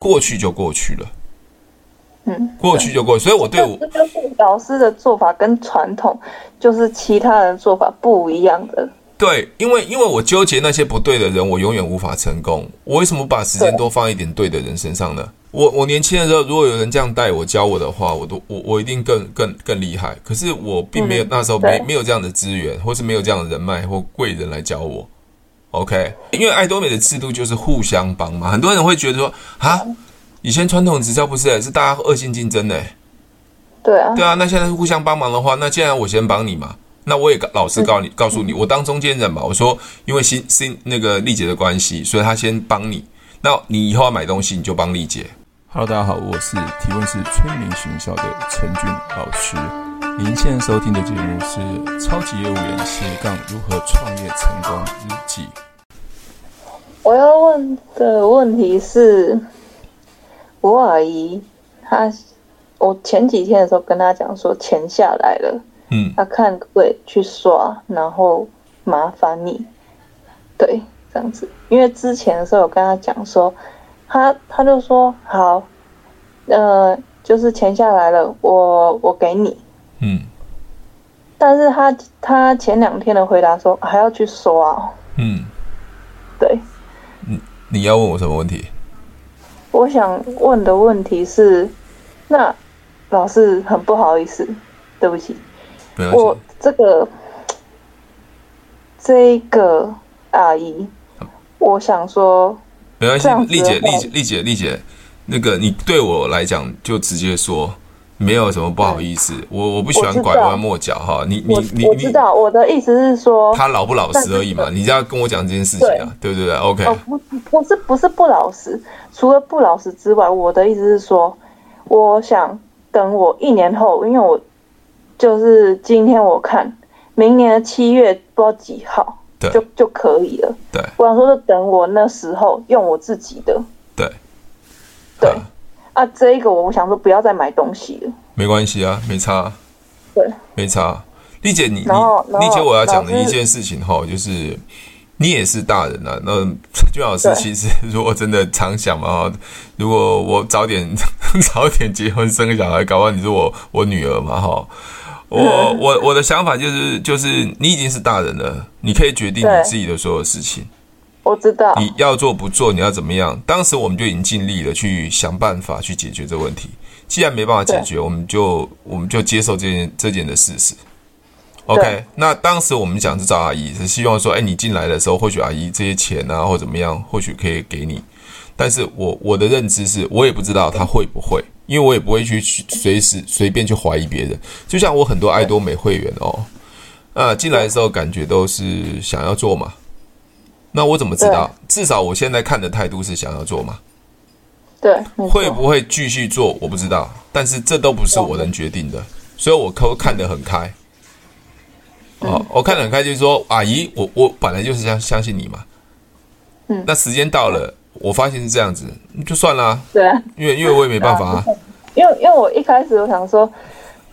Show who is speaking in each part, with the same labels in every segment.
Speaker 1: 过去就过去了，
Speaker 2: 嗯，
Speaker 1: 过去就过去。所以我哦对我
Speaker 2: 这就是老师的做法跟传统，就是其他人做法不一样的。
Speaker 1: 对，因为因为我纠结那些不对的人，我永远无法成功。我为什么不把时间多放一点对的人身上呢？我我年轻的时候，如果有人这样带我教我的话，我都我我一定更更更厉害。可是我并没有、
Speaker 2: 嗯
Speaker 1: 那时候没
Speaker 2: 对
Speaker 1: 没有这样的资源，或是没有这样的人脉或贵人来教我。OK，因为爱多美的制度就是互相帮忙。很多人会觉得说啊，以前传统直销不是、是大家恶性竞争的、
Speaker 2: 对啊，
Speaker 1: 对啊，那现在是互相帮忙的话，那既然我先帮你嘛，那我也告老实告诉你，告诉你，我当中间人嘛，我说因为新新那个丽姐的关系，所以她先帮你，那你以后要买东西你就帮丽姐。Hello，大家好，我是提问是催眠学校的陈俊老师。您现在收听的节目是《超级业务员斜杠如何创业成功日记》。
Speaker 2: 我要问的问题是，我阿姨她，我前几天的时候跟她讲说钱下来了，
Speaker 1: 嗯，
Speaker 2: 她看可不可以去刷，然后麻烦你，对，这样子。因为之前的时候我跟她讲说，她她就说好，呃，就是钱下来了，我我给你。
Speaker 1: 嗯
Speaker 2: 但是她她前两天的回答说还要去刷哦，
Speaker 1: 嗯，
Speaker 2: 对。
Speaker 1: 你要问我什么问题？
Speaker 2: 我想问的问题是，那老师很不好意思，对不起，
Speaker 1: 不要
Speaker 2: 我
Speaker 1: 紧，
Speaker 2: 这个这个阿姨，我想说，
Speaker 1: 没关系
Speaker 2: 这样，子
Speaker 1: 丽姐，
Speaker 2: 的话
Speaker 1: 丽姐，丽姐，丽姐，那个你对我来讲就直接说，没有什么不好意思，我我不喜欢
Speaker 2: 我知道
Speaker 1: 拐弯抹角哈，你你
Speaker 2: 我
Speaker 1: 你
Speaker 2: 我
Speaker 1: 你
Speaker 2: 知，道我的意思是说，
Speaker 1: 他老不老实而已嘛，
Speaker 2: 但
Speaker 1: 你就要跟我讲这件事情啊，对不对？OK，
Speaker 2: 哦，不，不是不是不老实，除了不老实之外，我的意思是说，我想等我一年后，因为我就是今天我看明年的七月不知道几号
Speaker 1: 对
Speaker 2: 就就可以了。
Speaker 1: 对
Speaker 2: 我想说，就等我那时候用我自己的。
Speaker 1: 对
Speaker 2: 对
Speaker 1: 啊
Speaker 2: 啊，这一个我想说不要再买东西了。
Speaker 1: 没关系啊，没差啊，
Speaker 2: 对，
Speaker 1: 没差。丽姐，你你
Speaker 2: 然后然后
Speaker 1: 丽姐，我要讲的
Speaker 2: 老
Speaker 1: 一
Speaker 2: 师
Speaker 1: 件事情哈，就是你也是大人了、啊。那俊老师
Speaker 2: 对
Speaker 1: 其实 如果真的常想嘛，哈如果我早点 早点结婚生个小孩，搞不好你是我我女儿嘛哈。 我我我的想法就是就是你已经是大人了，你可以决定
Speaker 2: 对
Speaker 1: 你自己的所有事情。
Speaker 2: 我知道，
Speaker 1: 你要做不做，你要怎么样？当时我们就已经尽力了，去想办法去解决这个问题。既然没办法解决，我们就我们就接受这件这件的事实。OK，
Speaker 2: 对
Speaker 1: 那当时我们想是找阿姨，是希望说，哎，你进来的时候，或许阿姨这些钱啊，或怎么样，或许可以给你。但是我我的认知是我也不知道他会不会，因为我也不会去去随时随便去怀疑别人。就像我很多爱多美会员哦，啊，进来的时候感觉都是想要做嘛，那我怎么知道？至少我现在看的态度是想要做嘛，
Speaker 2: 对，没错
Speaker 1: 会不会继续做我不知道，但是这都不是我能决定的，所以我都看得很开。
Speaker 2: 嗯
Speaker 1: 哦，我看得很开，就是说，阿姨，我我本来就是相相信你嘛，
Speaker 2: 嗯
Speaker 1: 那时间到了，我发现是这样子，就算啦、
Speaker 2: 对啊，
Speaker 1: 因为因为我也没办法啊，
Speaker 2: 因为因为我一开始我想说，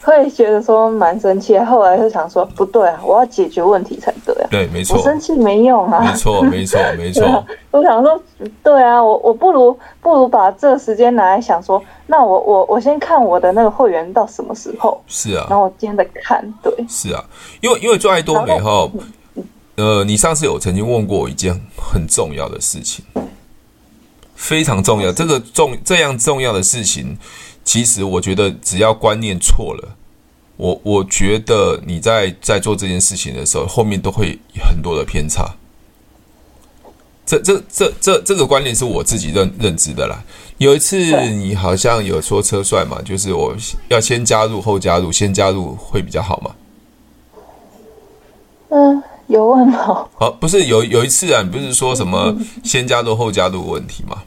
Speaker 2: 会觉得说蛮生气，后来就想说不对啊，我要解决问题才对啊。
Speaker 1: 对，没
Speaker 2: 我
Speaker 1: 错，
Speaker 2: 生气没用啊，
Speaker 1: 没错，没错，没
Speaker 2: 对啊
Speaker 1: 错，，
Speaker 2: 我想说，对啊，我我不如不如把这个时间拿来想说，那我我我先看我的那个会员到什么时候，
Speaker 1: 是啊。
Speaker 2: 然后我今天再看，对，
Speaker 1: 是啊，因为因为做爱多美
Speaker 2: 然
Speaker 1: 哈，呃，你上次有曾经问过我一件很重要的事情，非常重要。这个重这样重要的事情，其实我觉得只要观念错了，我我觉得你在在做这件事情的时候，后面都会有很多的偏差。这这这这这个观念是我自己认认知的啦。有一次
Speaker 2: 对
Speaker 1: 你好像有说车帅嘛，就是我要先加入后加入，先加入会比较好嘛。
Speaker 2: 嗯，有问好，
Speaker 1: 好，不是有有一次啊，你不是说什么先加入后加入的问题吗？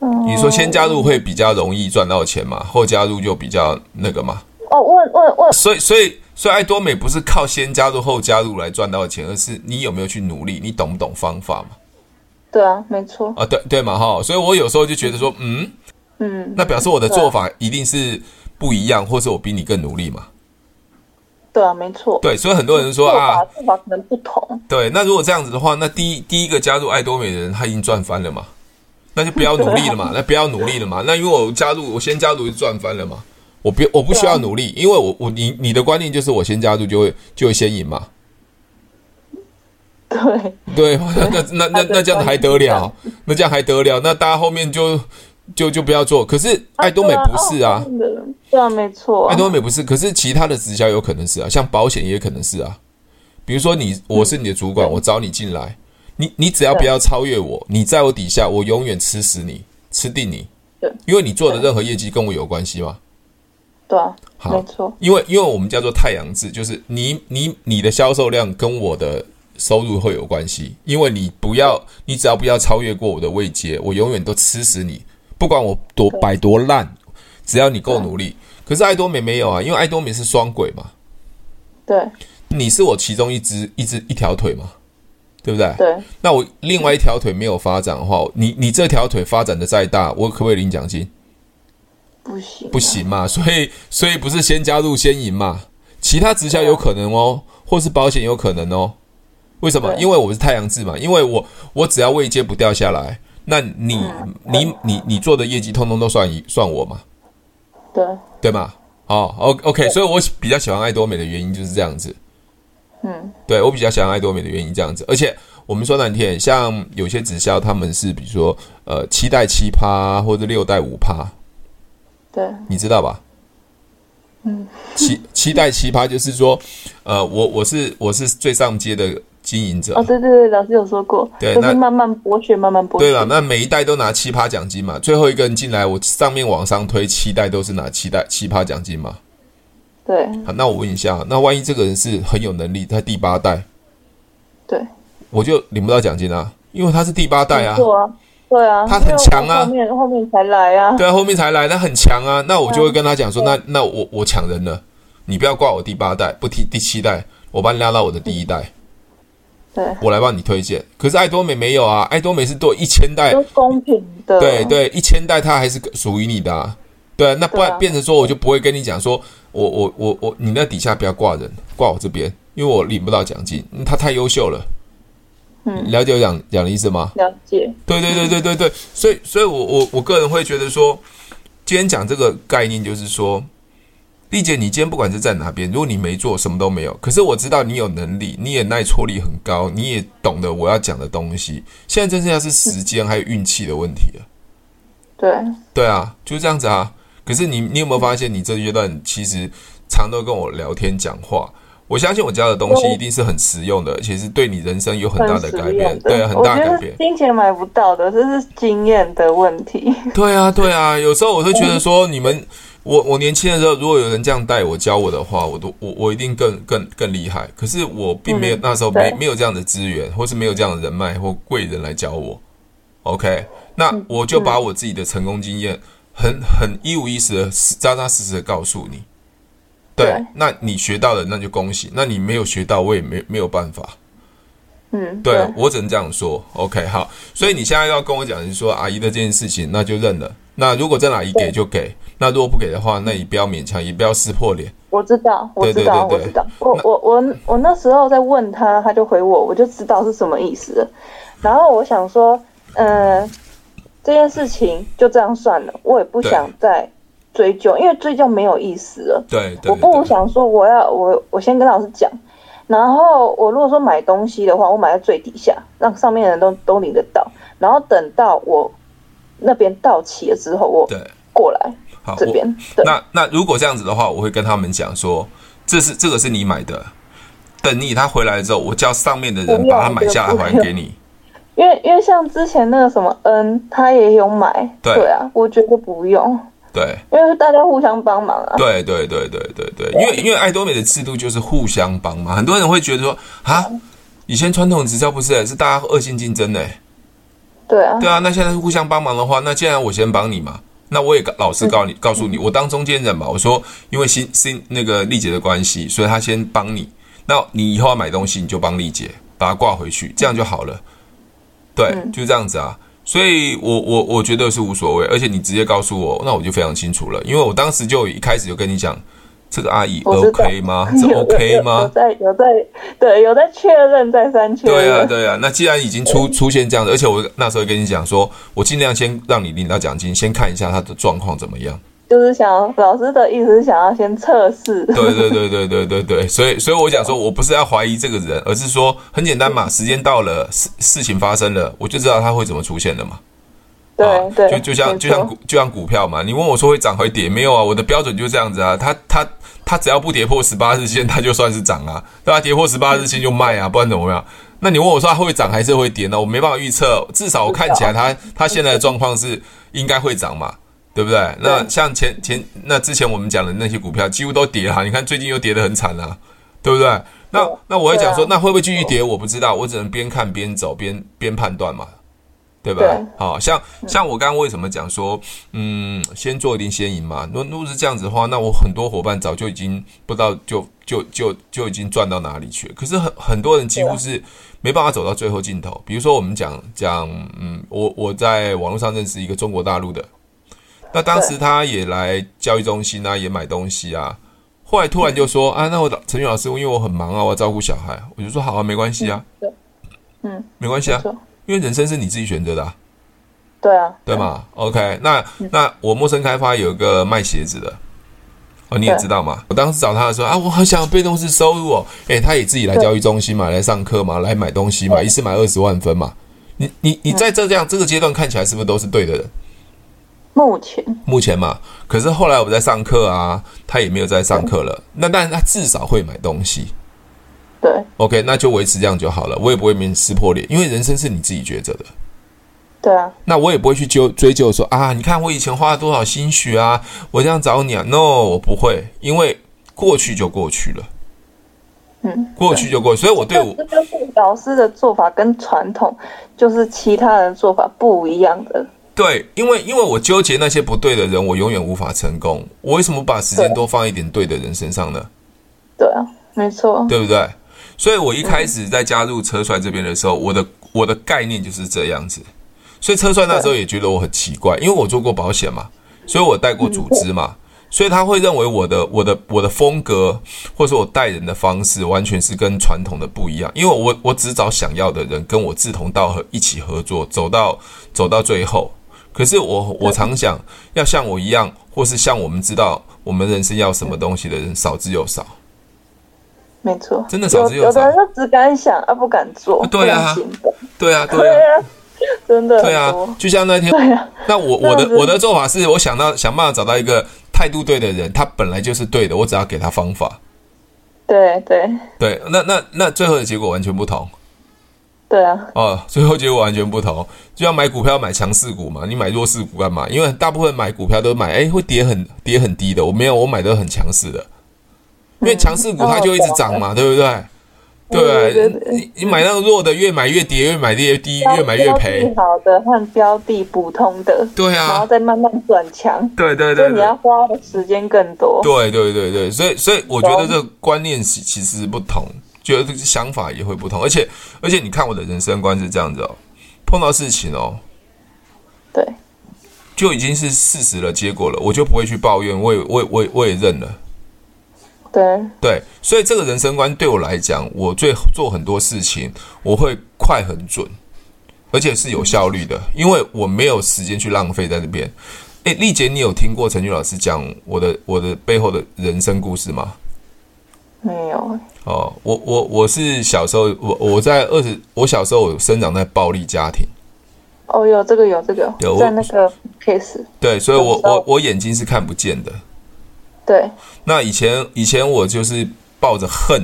Speaker 2: 嗯，
Speaker 1: 你说先加入会比较容易赚到钱嘛，后加入就比较那个嘛。
Speaker 2: 哦，问问问，
Speaker 1: 所以所以所以爱多美不是靠先加入后加入来赚到钱，而是你有没有去努力，你懂不懂方法嘛？
Speaker 2: 对啊，没错，
Speaker 1: 啊，对对嘛哈。所以我有时候就觉得说，嗯，
Speaker 2: 嗯，
Speaker 1: 那表示我的做法一定是不一样，或是我比你更努力嘛。
Speaker 2: 对啊，没错，
Speaker 1: 对，所以很多人说
Speaker 2: 做
Speaker 1: 啊
Speaker 2: 法，做法可能不同，
Speaker 1: 对，那如果这样子的话，那第一第一个加入爱多美的人，他已经赚翻了嘛？啊那就不要努力了嘛，那不要努力了嘛。那因为我加入，我先加入就赚翻了嘛。我不我不需要努力，因为我我你你的观念就是我先加入就会就会先赢嘛。对，
Speaker 2: 对，
Speaker 1: 那那那那这样子还得了？那这样还得了？那大家后面就就就不要做。可是爱多美不是啊，
Speaker 2: 对啊，对啊没错啊
Speaker 1: 爱，多美不是，可是其他的直销有可能是啊，像保险也可能是啊。比如说你，我是你的主管，我找你进来，你你只要不要超越我，你在我底下，我永远吃死你，吃定你
Speaker 2: 对。
Speaker 1: 因为你做的任何业绩跟我有关系嘛。
Speaker 2: 对啊，
Speaker 1: 好
Speaker 2: 没错，
Speaker 1: 因为因为我们叫做太阳制，就是你你你的销售量跟我的收入会有关系，因为你不要你只要不要超越过我的位阶，我永远都吃死你，不管我多摆多烂，只要你够努力。可是爱多美没有啊，因为爱多美是双轨嘛，
Speaker 2: 对
Speaker 1: 你是我其中一只一只一条腿嘛，对不对？
Speaker 2: 对
Speaker 1: 那我另外一条腿没有发展的话，你你这条腿发展的再大，我可不可以领奖金？
Speaker 2: 不行啊
Speaker 1: 不，行嘛， 所以所以不是先加入先赢嘛，其他直销有可能哦，或是保险有可能哦。为什么？
Speaker 2: 对
Speaker 1: 因为我是太阳制嘛，因为我我只要位阶不掉下来，那你你你你做的业绩通通都算一算我嘛，
Speaker 2: 对
Speaker 1: 对吗？哦，O OK，所以我比较喜欢爱多美的原因就是这样子。
Speaker 2: 嗯，
Speaker 1: 对我比较喜欢爱多美的原因这样子，而且我们说难听点，像有些直销他们是比如说呃七代七趴或者六代五趴，
Speaker 2: 对
Speaker 1: 你知道吧？
Speaker 2: 嗯，
Speaker 1: 期期待奇葩就是说，呃，我我是我是最上阶的经营者，
Speaker 2: 哦，对对对，老师有说过，
Speaker 1: 对
Speaker 2: 就是
Speaker 1: 那
Speaker 2: 慢慢剥削，慢慢剥削。
Speaker 1: 对了，那每一代都拿七趴奖金嘛，最后一个人进来，我上面往上推七代都是拿七代七趴奖金嘛。
Speaker 2: 对
Speaker 1: 好，那我问一下，那万一这个人是很有能力，他第八代，
Speaker 2: 对，
Speaker 1: 我就领不到奖金啊，因为他是第八代啊
Speaker 2: 没，错啊，对啊，
Speaker 1: 他很强啊
Speaker 2: 因为我后面后面才来 啊，
Speaker 1: 对啊，后面才来，那很强啊，那我就会跟他讲说，那那我我抢人了，你不要挂我第八代，不提第七代，我把你拉到我的第一代。
Speaker 2: 对，
Speaker 1: 我来帮你推荐。可是爱多美没有啊，爱多美是做一千代，
Speaker 2: 都公平的。
Speaker 1: 哎对对，一千代它还是属于你的啊。对，那不
Speaker 2: 对
Speaker 1: 然
Speaker 2: 啊
Speaker 1: 变成说我就不会跟你讲说，我我我我，你那底下不要挂人，挂我这边，因为我领不到奖金，嗯他太优秀了。
Speaker 2: 嗯
Speaker 1: 了解我讲讲的意思吗？
Speaker 2: 了解，
Speaker 1: 对对对对对对，所以所以我我我个人会觉得说，今天讲这个概念就是说，丽姐，你今天不管是在哪边，如果你没做什么都没有，可是我知道你有能力，你也耐挫力很高，你也懂得我要讲的东西。现在真正要是时间还有运气的问题了。
Speaker 2: 对
Speaker 1: 对啊，就是这样子啊。可是你你有没有发现，你这阶段其实常都跟我聊天讲话？我相信我教的东西一定是很实用的，而且是对你人生有很大的
Speaker 2: 实
Speaker 1: 改变
Speaker 2: 用，的。
Speaker 1: 对，很
Speaker 2: 我
Speaker 1: 大
Speaker 2: 觉
Speaker 1: 改
Speaker 2: 得
Speaker 1: 变
Speaker 2: 是。金钱买不到的，这是经验的问题。
Speaker 1: 对啊，对啊，有时候我会觉得说，你们，我我年轻的时候，如果有人这样带我教我的话，我都我我一定更更更厉害。可是我并没有、
Speaker 2: 嗯
Speaker 1: 那时候没
Speaker 2: 对
Speaker 1: 没有这样的资源，或是没有这样的人脉或贵人来教我。OK，那
Speaker 2: 嗯
Speaker 1: 我就把我自己的成功经验很很一五一十的、扎扎实实的告诉你。对
Speaker 2: 对，
Speaker 1: 那你学到了，那就恭喜；那你没有学到，我也没没有办法。
Speaker 2: 嗯，
Speaker 1: 对啊我只能这样说。OK，好，所以你现在要跟我讲的是说阿姨的这件事情，那就认了。那如果真的阿姨给就给，那如果不给的话，那也不要勉强，也不要撕破脸。
Speaker 2: 我知道，我
Speaker 1: 对
Speaker 2: 知道，
Speaker 1: 对
Speaker 2: 我
Speaker 1: 对
Speaker 2: 知道。我我我我那时候在问他，他就回我，我就知道是什么意思了。然后我想说，呃，这件事情就这样算了，我也不
Speaker 1: 对
Speaker 2: 想再追究，因为追究没有意思了。
Speaker 1: 对对
Speaker 2: 我不如
Speaker 1: 对，
Speaker 2: 想说，我要我我先跟老师讲，然后我如果说买东西的话，我买在最底下，让上面的人都都领得到，然后等到我那边到齐了之后，我
Speaker 1: 对
Speaker 2: 过来
Speaker 1: 好，
Speaker 2: 这
Speaker 1: 我
Speaker 2: 边。对，
Speaker 1: 那那如果这样子的话，我会跟他们讲说，这是这个是你买的，等你他回来之后，我叫上面的人
Speaker 2: 不要
Speaker 1: 把它买下来
Speaker 2: 不要
Speaker 1: 还给你。
Speaker 2: 因为因为像之前那个什么恩，他也有买，
Speaker 1: 对
Speaker 2: 啊，我觉得不用，
Speaker 1: 对
Speaker 2: 因为大家互相帮忙啊。
Speaker 1: 对对对对对对，因为因为爱多美的制度就是互相帮忙，很多人会觉得说啊，以前传统直销不是，是大家恶性竞争的、
Speaker 2: 对啊，
Speaker 1: 对 啊，那现在是互相帮忙的话，那既然我先帮你嘛，那我也告老实
Speaker 2: 嗯
Speaker 1: 告你，告诉你，我当中间人嘛，我说因为新新那个丽姐的关系，所以她先帮你，那你以后要买东西你就帮丽姐把它挂回去，这样就好了。对，
Speaker 2: 嗯
Speaker 1: 就这样子啊。所以我我我觉得是无所谓，而且你直接告诉我，那我就非常清楚了，因为我当时就一开始就跟你讲，这个阿姨
Speaker 2: 我知道
Speaker 1: OK 吗？这 OK
Speaker 2: 有
Speaker 1: 吗？
Speaker 2: 在有在对有在确认再三确认。
Speaker 1: 对啊，对啊。那既然已经出出现这样子，而且我那时候跟你讲说，我尽量先让你领到奖金，先看一下他的状况怎么样。
Speaker 2: 就是想要老师的意思是想要先测试。
Speaker 1: 对对对对对对对，所以所以我讲说，我不是要怀疑这个人，而是说很简单嘛，时间到了，事事情发生了，我就知道他会怎么出现了嘛。啊
Speaker 2: 对对，
Speaker 1: 就就像
Speaker 2: 没错
Speaker 1: 就像股就像股票嘛，你问我说会涨会跌，没有啊，我的标准就这样子啊，它它它只要不跌破十八日线，它就算是涨啊，对吧？跌破十八日线就卖啊，不然怎么样？那你问我说它会涨还是会跌呢？我没办法预测，至少我看起来它它现在的状况是应该会涨嘛，对不对？那像前前那之前我们讲的那些股票几乎都跌了、啊，你看最近又跌得很惨啊，对不对？那
Speaker 2: 对
Speaker 1: 那我会讲说，
Speaker 2: 对啊
Speaker 1: 那会不会继续跌？我不知道，我只能边看边走边边判断嘛，对吧？
Speaker 2: 对嗯
Speaker 1: 好像像我刚刚为什么讲说，嗯，先做一定先赢嘛？那如果是这样子的话，那我很多伙伴早就已经不知道就就就就已经赚到哪里去了。可是很很多人几
Speaker 2: 啊
Speaker 1: 乎是没办法走到最后尽头。比如说我们讲讲，嗯，我我在网络上认识一个中国大陆的，那当时他也来教育中心啊，也买东西啊。后来突然就说啊，那我陈宇老师，因为我很忙啊，我要照顾小孩，我就说好啊，没关系啊，
Speaker 2: 对，嗯，
Speaker 1: 没关系啊
Speaker 2: 没，错
Speaker 1: 因为人生是你自己选择的、啊。
Speaker 2: 对啊，
Speaker 1: 对嘛？OK，那那我陌生开发有一个卖鞋子的，哦，你也
Speaker 2: 对
Speaker 1: 知道嘛。我当时找他的时候啊，我好想要被动式收入哦。诶，他也自己来教育中心嘛，来上课嘛，来买东西嘛，一次买二十万分嘛。你你你在这样这个阶段看起来是不是都是对的人？
Speaker 2: 目前
Speaker 1: 目前嘛，可是后来我们在上课啊，他也没有在上课了。那但他至少会买东西
Speaker 2: 对
Speaker 1: ，OK，那就维持这样就好了。我也不会面撕破脸，因为人生是你自己抉择的。
Speaker 2: 对啊，
Speaker 1: 那我也不会去追追究说啊，你看我以前花了多少心血啊，我这样找你啊，no，我不会，因为过去就过去了，
Speaker 2: 嗯，
Speaker 1: 过去就过去，所以我对我
Speaker 2: 这就是老师的做法跟传统就是其他人做法不一样的。
Speaker 1: 对，因为因为我纠结那些不对的人，我永远无法成功。我为什么不把时间
Speaker 2: 对
Speaker 1: 多放一点对的人身上呢？
Speaker 2: 对啊，没错，
Speaker 1: 对不对？所以我一开始在加入车帅这边的时候，我的我的概念就是这样子。所以车帅那时候也觉得我很奇怪，因为我做过保险嘛，所以我带过组织嘛，所以他会认为我的我的我的风格，或者说我待人的方式，完全是跟传统的不一样。因为我我只找想要的人，跟我志同道合一起合作，走到走到最后。可是我我常想要像我一样，或是像我们知道我们人生要什么东西的人少之又少。
Speaker 2: 没错，
Speaker 1: 真的少之又
Speaker 2: 有有
Speaker 1: 少
Speaker 2: 的人就只敢想啊，不敢做，
Speaker 1: 对啊
Speaker 2: 不敢行动
Speaker 1: 对啊，对
Speaker 2: 对
Speaker 1: 啊。
Speaker 2: 啊，真的 很
Speaker 1: 对啊
Speaker 2: 多，
Speaker 1: 就像那天，
Speaker 2: 对啊，
Speaker 1: 那我我的
Speaker 2: 那我觉得
Speaker 1: 我的做法是，我想到想办法找到一个态度对的人，他本来就是对的，我只要给他方法。
Speaker 2: 对对
Speaker 1: 对，那那那最后的结果完全不同
Speaker 2: 对啊，
Speaker 1: 哦， 最后结果完全不同。就像买股票买强势股嘛，你买弱势股干嘛？因为大部分买股票都买哎会跌很跌很低的，我没有，我买的很强势的，因为强势股它就一直涨嘛，对不对？
Speaker 2: 嗯哦对
Speaker 1: 对
Speaker 2: 对
Speaker 1: 不
Speaker 2: 对
Speaker 1: 对，你你买那个弱的，越买越跌，越买越低，越买越
Speaker 2: 标
Speaker 1: 赔
Speaker 2: 的。好的和标的普通的，
Speaker 1: 对
Speaker 2: 然后
Speaker 1: 啊，
Speaker 2: 再慢慢转强，
Speaker 1: 对对
Speaker 2: 所
Speaker 1: 对
Speaker 2: 以你
Speaker 1: 对。
Speaker 2: 要花的时间更多。
Speaker 1: 对对对对，所以所以我觉得这个观念其其实不同，觉得想法也会不同，而且而且你看我的人生观是这样子哦，碰到事情哦
Speaker 2: 对
Speaker 1: 就已经是事实了，结果了，我就不会去抱怨，我也我也我也我也认了。
Speaker 2: 对
Speaker 1: 对，所以这个人生观对我来讲，我最做很多事情，我会快很准，而且是有效率的，因为我没有时间去浪费在这边。诶，丽姐，你有听过陈俊老师讲我的我的背后的人生故事吗？
Speaker 2: 没有，
Speaker 1: 哦，我我我是小时候，我我在二十，我小时候我生长在暴力家庭，
Speaker 2: 哦，有这个有这个
Speaker 1: 有，
Speaker 2: 在那个 case，
Speaker 1: 对，所以我
Speaker 2: 我知道
Speaker 1: 我我眼睛是看不见的。
Speaker 2: 对
Speaker 1: 那以前以前我就是抱着恨，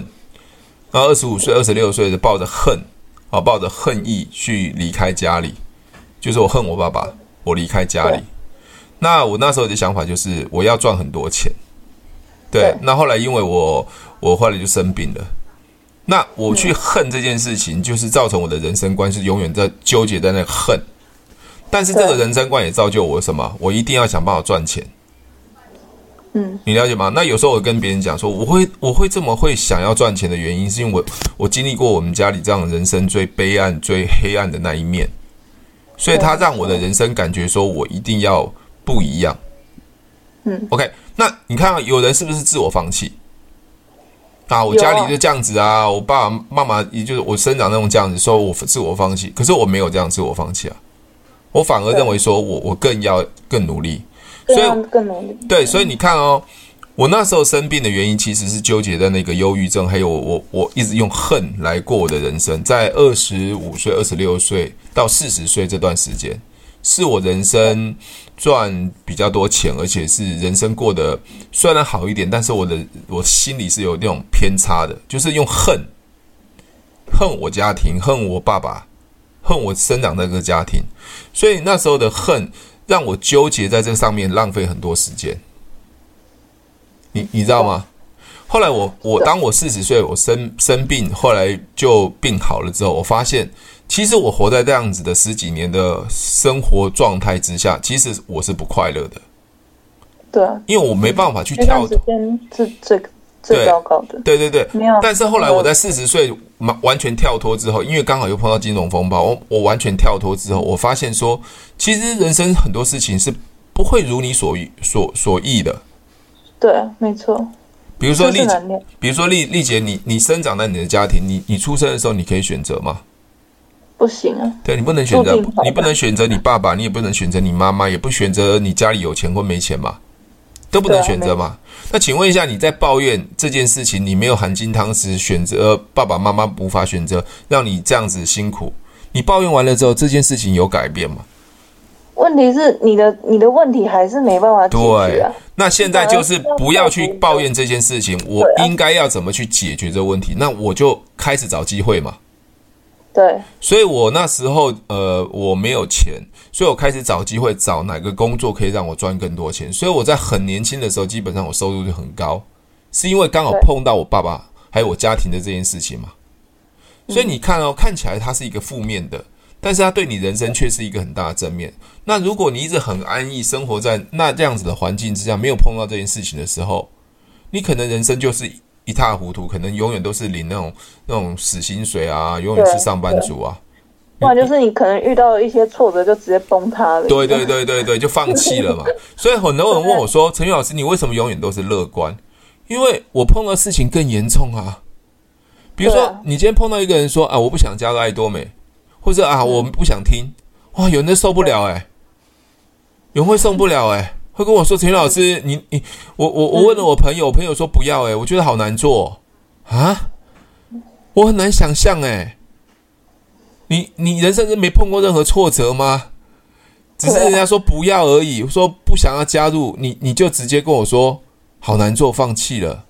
Speaker 1: 然后二十五岁、二十六岁的抱着恨，啊，抱着恨意去离开家里，就是我恨我爸爸，我离开家里
Speaker 2: 对。
Speaker 1: 那我那时候的想法就是我要赚很多钱，对。
Speaker 2: 对
Speaker 1: 那后来因为我我后来就生病了，那我去恨这件事情，就是造成我的人生观是永远在纠结在那个恨。但是这个
Speaker 2: 对
Speaker 1: 人生观也造就我什么？我一定要想办法赚钱。
Speaker 2: 嗯，
Speaker 1: 你了解吗？那有时候我跟别人讲说，我会我会这么会想要赚钱的原因，是因为我我经历过我们家里这样人生最悲暗、最黑暗的那一面，所以他让我的人生感觉说我一定要不一样。
Speaker 2: 嗯，
Speaker 1: OK，那你看啊，有人是不是自我放弃？啊，我家
Speaker 2: 有啊
Speaker 1: 里就这样子啊，我爸爸妈妈也就是我生长那种这样子，说我自我放弃，可是我没有这样自我放弃啊，我反而认为说我我更要更努力，所
Speaker 2: 更
Speaker 1: 以
Speaker 2: 要啊更努力。
Speaker 1: 对，所以你看哦，我那时候生病的原因其实是纠结在那个忧郁症，还有我我我一直用恨来过我的人生，在二十五岁、二十六岁到四十岁这段时间，是我人生赚比较多钱，而且是人生过得虽然好一点，但是我的我心里是有那种偏差的，就是用恨恨我家庭，恨我爸爸，恨我生长在这个家庭，所以那时候的恨让我纠结在这上面，浪费很多时间。你你知道吗？后来我我当我四十岁，我生生病，后来就病好了之后，我发现其实我活在这样子的十几年的生活状态之下，其实我是不快乐的，
Speaker 2: 对啊，
Speaker 1: 因为我没办法去
Speaker 2: 那段
Speaker 1: 跳
Speaker 2: 时
Speaker 1: 脱。
Speaker 2: 间是最最
Speaker 1: 对
Speaker 2: 糟糕的，
Speaker 1: 对对对，
Speaker 2: 没有
Speaker 1: 但是后来我在四十岁完完全跳脱之后，因为刚好又碰到金融风暴，我我完全跳脱之后，我发现说，其实人生很多事情是不会如你所欲所所意的。
Speaker 2: 对啊，没错，
Speaker 1: 比如说
Speaker 2: 这
Speaker 1: 丽
Speaker 2: 是
Speaker 1: 姐，
Speaker 2: 难料。
Speaker 1: 比如说丽丽姐，你你生长在你的家庭，你你出生的时候你可以选择吗？
Speaker 2: 不行啊，
Speaker 1: 对你不能选择
Speaker 2: 注定好，吧
Speaker 1: 你不能选择你爸爸，你也不能选择你妈妈，也不选择你家里有钱或没钱嘛，都不能
Speaker 2: 对啊
Speaker 1: 选择嘛。那请问一下，你在抱怨这件事情，你没有含金汤匙选择呃爸爸妈妈无法选择，让你这样子辛苦，你抱怨完了之后，这件事情有改变吗？
Speaker 2: 问题是你的你的问题还是没办法解决
Speaker 1: 对
Speaker 2: 啊。，
Speaker 1: 那现在就是不要去抱怨这件事情，我
Speaker 2: 对啊
Speaker 1: 应该要怎么去解决这个问题？那我就开始找机会嘛。
Speaker 2: 对，
Speaker 1: 所以我那时候呃我没有钱，所以我开始找机会找哪个工作可以让我赚更多钱。所以我在很年轻的时候，基本上我收入就很高，是因为刚好
Speaker 2: 对
Speaker 1: 碰到我爸爸还有我家庭的这件事情嘛。所以你看哦，看起来它是一个负面的，但是它对你人生却是一个很大的正面。那如果你一直很安逸生活在那这样子的环境之下，没有碰到这件事情的时候，你可能人生就是一塌糊涂，可能永远都是领那种那种死薪水啊，永远是
Speaker 2: 对
Speaker 1: 上班族啊。
Speaker 2: 不然就是你可能遇到一些挫折就直接崩塌了。
Speaker 1: 对对对对对，就放弃 了嘛。所以很多人问我说：“陈宇老师，你为什么永远都是乐观？”因为我碰到事情更严重啊。比如说，
Speaker 2: 对啊
Speaker 1: 你今天碰到一个人说：“啊，我不想加入爱多美，或者啊，我不想听。”哇，有人都受不了哎、有人会受不了哎、会跟我说：“陈宇老师，你你我我我问了我朋友，我朋友说不要哎、我觉得好难做啊，我很难想象哎、你你人生是没碰过任何挫折吗？只是人家说不要而已，说不想要加入，你你就直接跟我说好难做，放弃了。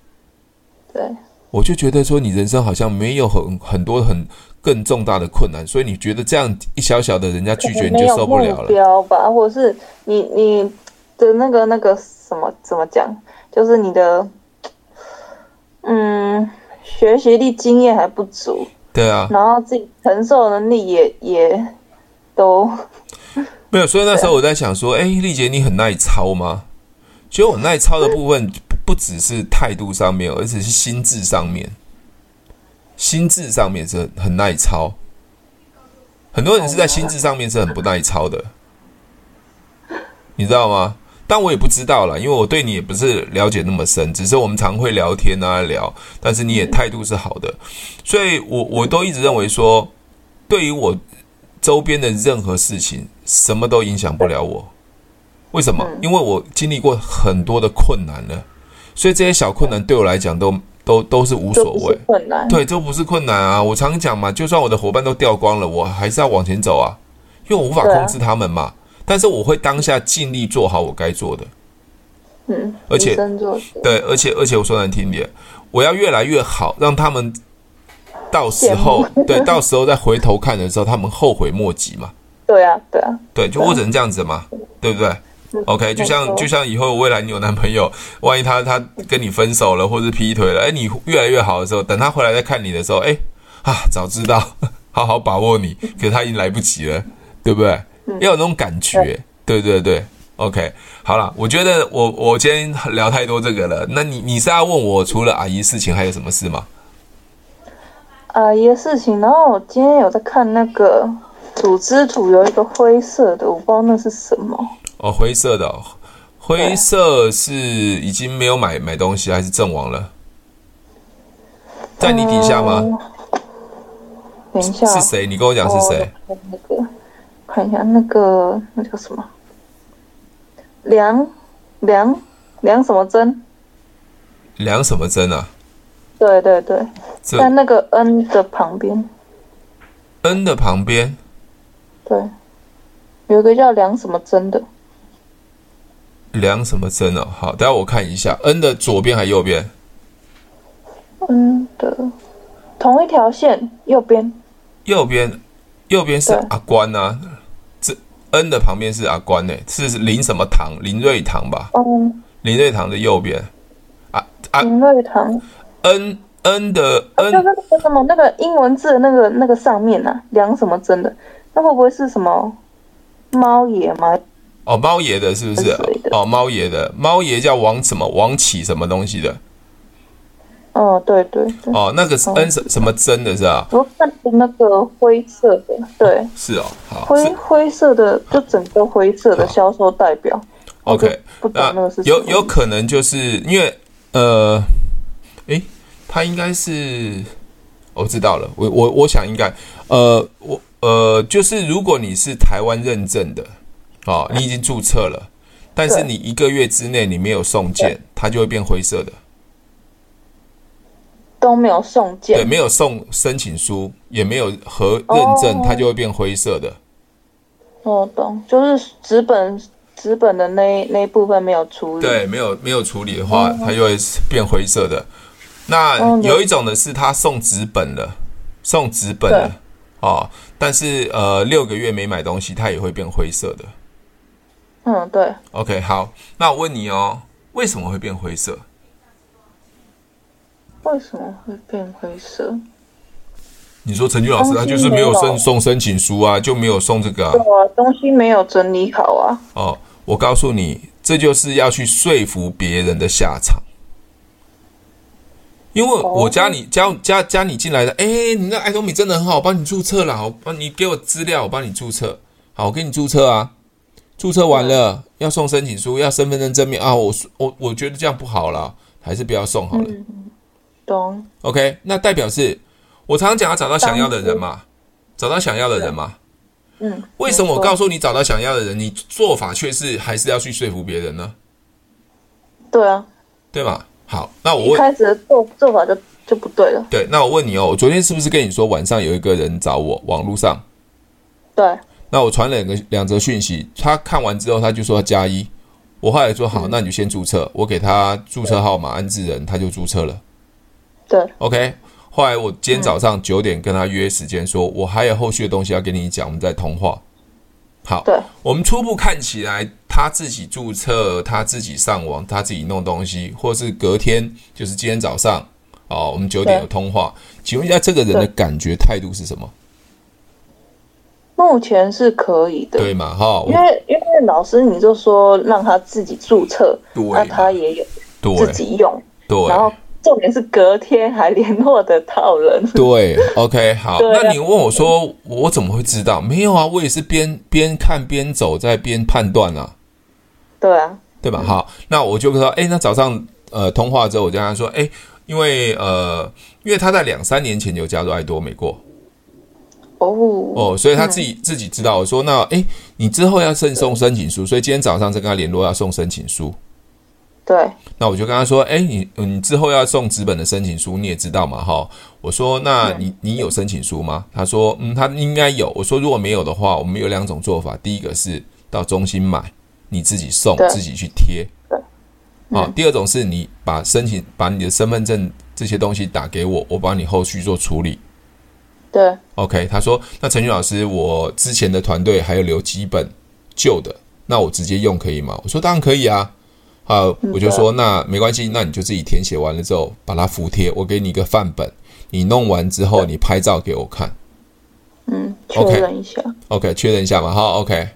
Speaker 2: 对
Speaker 1: 我就觉得说你人生好像没有很很多很更重大的困难，所以你觉得这样一小小的人家拒绝
Speaker 2: 可能
Speaker 1: 你
Speaker 2: 没
Speaker 1: 就
Speaker 2: 有啊
Speaker 1: 受不了
Speaker 2: 目
Speaker 1: 了。
Speaker 2: 标吧，或者是你你的那个那个什么怎么讲，就是你的嗯学习力经验还不足，
Speaker 1: 对啊，
Speaker 2: 然后自己承受能力也也都
Speaker 1: 没有，所以那时候我在想说，哎，丽姐你很耐操吗？其实我耐操的部分不只是态度上面，而且是心智上面，心智上面是很耐操。很多人是在心智上面是很不耐操的，你知道吗？但我也不知道啦，因为我对你也不是了解那么深，只是我们常会聊天啊聊，但是你也态度是好的，所以我我都一直认为说，对于我周边的任何事情，什么都影响不了我。为什么？因为我经历过很多的困难了，所以这些小困难对我来讲都都都是无
Speaker 2: 就
Speaker 1: 所
Speaker 2: 不
Speaker 1: 谓
Speaker 2: 是。困难。
Speaker 1: 对，这不是困难啊！我常讲嘛，就算我的伙伴都掉光了，我还是要往前走啊，因为我无法
Speaker 2: 对啊
Speaker 1: 控制他们嘛。但是我会当下尽力做好我该做的。
Speaker 2: 嗯，
Speaker 1: 而且
Speaker 2: 以身作则，
Speaker 1: 对，而且而且我说难听点，我要越来越好，让他们到时候对，到时候再回头看的时候，他们后悔莫及嘛。
Speaker 2: 对啊对啊，
Speaker 1: 对，就我只能这样子嘛，对不对？OK，就
Speaker 2: 没
Speaker 1: 像
Speaker 2: 错
Speaker 1: 就像以后未来你有男朋友， 万一他他跟你分手了，或是劈腿了，哎，你越来越好的时候，等他回来再看你的时候，哎，啊，早知道 好好把握你，可是他已经来不及了，对不对？要有那种感觉，对对对。OK，好了，我觉得我我今天聊太多这个了。那你你是要问我除了阿姨事情还有什么事吗？
Speaker 2: 啊，一个事情。然后我今天有在看那个组织图，有一个灰色的，我不知道那是什么。
Speaker 1: 哦，灰色的、哦，灰色是已经没有买买东西，还是阵亡了？在你底下
Speaker 2: 呃
Speaker 1: 吗？
Speaker 2: 哦等一下，
Speaker 1: 是谁？你跟我讲是谁？
Speaker 2: 啊哦？那个，看一下那个那叫什么？梁梁梁什么珍？
Speaker 1: 梁什么珍啊？
Speaker 2: 对对对，
Speaker 1: 这
Speaker 2: 在那个 N 的旁边，
Speaker 1: N 的旁边，
Speaker 2: 对，有一个叫梁什么珍的，
Speaker 1: 梁什么珍哦？好，等下我看一下，N 的左边还右边？
Speaker 2: 嗯的，同一条线右边，
Speaker 1: 右边，右边是
Speaker 2: 对
Speaker 1: 阿关啊。这 N 的旁边是阿关呢、是林什么堂？林瑞堂吧？
Speaker 2: 嗯，
Speaker 1: 林瑞堂的右边。啊啊
Speaker 2: 林瑞堂，
Speaker 1: ，N N 的
Speaker 2: 就
Speaker 1: N
Speaker 2: 那个什么那个英文字的那个那个上面啊，梁什么珍的，那会不会是什么猫爷吗？
Speaker 1: 哦，猫爷的是不是
Speaker 2: 是的？
Speaker 1: 哦，猫爷的，猫爷叫王什么？王启什么东西的？
Speaker 2: 嗯，对对对，
Speaker 1: 哦，那个是 N 什什么珍的是吧？
Speaker 2: 我看那个灰色的，对，
Speaker 1: 是哦，好，
Speaker 2: 灰
Speaker 1: 是
Speaker 2: 灰色的就整个灰色的销售代表，
Speaker 1: OK。
Speaker 2: 不懂那个是什么
Speaker 1: 有有可能就是因为呃，诶，他应该是我知道了，我我我想应该呃，我呃，就是如果你是台湾认证的，哦，你已经注册了，但是
Speaker 2: 对
Speaker 1: 你一个月之内你没有送件，它就会变灰色的。
Speaker 2: 都没有送
Speaker 1: 对，
Speaker 2: 件，
Speaker 1: 没有送申请书，也没有核认证，
Speaker 2: 哦
Speaker 1: 它就会变灰色的。
Speaker 2: 我哦懂，就是纸本纸本的那那一部分没有处理，
Speaker 1: 对，没有没有处理的话，它就会变灰色的。那
Speaker 2: 哦
Speaker 1: 有一种呢是他送纸本了，送纸本了哦，但是呃六个月没买东西，它也会变灰色的。
Speaker 2: 嗯，对，
Speaker 1: OK，好，那我问你哦，为什么会变灰色？
Speaker 2: 为什么会变灰色？
Speaker 1: 你说陈俊老师他
Speaker 2: 东西
Speaker 1: 就是没有
Speaker 2: 没
Speaker 1: 申
Speaker 2: 有
Speaker 1: 送申请书啊，就没有送这个啊
Speaker 2: 对。啊，东西没有整理好啊，
Speaker 1: 哦，我告诉你，这就是要去说服别人的下场。因为我加你加加加你进来的，哎，你那爱多米真的很好，我帮你注册了，我帮你给我资料，我帮你注册，好，我给你注册啊，注册完了要送申请书，要身份证正面啊，我我我觉得这样不好啦，还是不要送好
Speaker 2: 嗯
Speaker 1: 了。
Speaker 2: 懂？
Speaker 1: OK，那代表是我常常讲要找到想要的人嘛，找到想要的人嘛，
Speaker 2: 嗯，
Speaker 1: 为什么我告
Speaker 2: 诉？
Speaker 1: 诉你找到想要的人，你做法却是还是要去说服别人呢？
Speaker 2: 对啊，
Speaker 1: 对吧？好，那我
Speaker 2: 一
Speaker 1: 问，
Speaker 2: 开始的做做法就就不对了，
Speaker 1: 对，那我问你哦，我昨天是不是跟你说晚上有一个人找我，网络上，
Speaker 2: 对，
Speaker 1: 那我传了两个两则讯息，他看完之后他就说加一，我后来说
Speaker 2: 嗯
Speaker 1: 好，那你就先注册，我给他注册号码安置人，他就注册了
Speaker 2: 对，
Speaker 1: ，OK。后来我
Speaker 2: 嗯
Speaker 1: 今天早上九点跟他约时间说，我还有后续的东西要跟你讲，我们再通话。好，
Speaker 2: 对，
Speaker 1: 我们初步看起来，他自己注册，他自己上网，他自己弄东西，或是隔天，就是今天早上，哦，我们九点
Speaker 2: 对
Speaker 1: 有通话。请问一下，这个人的感觉态度是什么？
Speaker 2: 目前是可以的。
Speaker 1: 对嘛？哈，
Speaker 2: 因为因为老师你就说让他自己注册，
Speaker 1: 对
Speaker 2: 那他也有自
Speaker 1: 对
Speaker 2: 己用，然
Speaker 1: 对
Speaker 2: 后重点是隔天还联络得到人，
Speaker 1: 对，OK，好。
Speaker 2: 对啊
Speaker 1: 那你问我说，我怎么会知道？没有啊，我也是边边看边走，在边判断啊。
Speaker 2: 对啊，
Speaker 1: 对吧？好，那我就说，哎，那早上呃通话之后，我就跟他说，哎，因为呃，因为他在两三年前有加入爱多美过
Speaker 2: 哦，
Speaker 1: 哦，所以他自己、自己知道。我说，那哎，你之后要赠送申请书，所以今天早上再跟他联络要送申请书。
Speaker 2: 对，
Speaker 1: 那我就跟他说，哎，你你之后要送纸本的申请书，你也知道嘛，哈。我说，那你你有申请书吗？他说，嗯，他应该有。我说，如果没有的话，我们有两种做法，第一个是到中心买，你自己送，
Speaker 2: 对
Speaker 1: 自己去贴。
Speaker 2: 对嗯
Speaker 1: 啊，第二种是你把申请把你的身份证这些东西打给我，我帮你后续做处理。
Speaker 2: 对，
Speaker 1: OK，他说，那陈俊老师，我之前的团队还有留几本旧的，那我直接用可以吗？我说当然可以啊。啊，我就说那没关系，那你就自己填写完了之后把它服贴，我给你一个范本，你弄完之后你拍照给我看
Speaker 2: 嗯，确
Speaker 1: OK
Speaker 2: 认一下
Speaker 1: ，OK，确认一下嘛，哈，OK，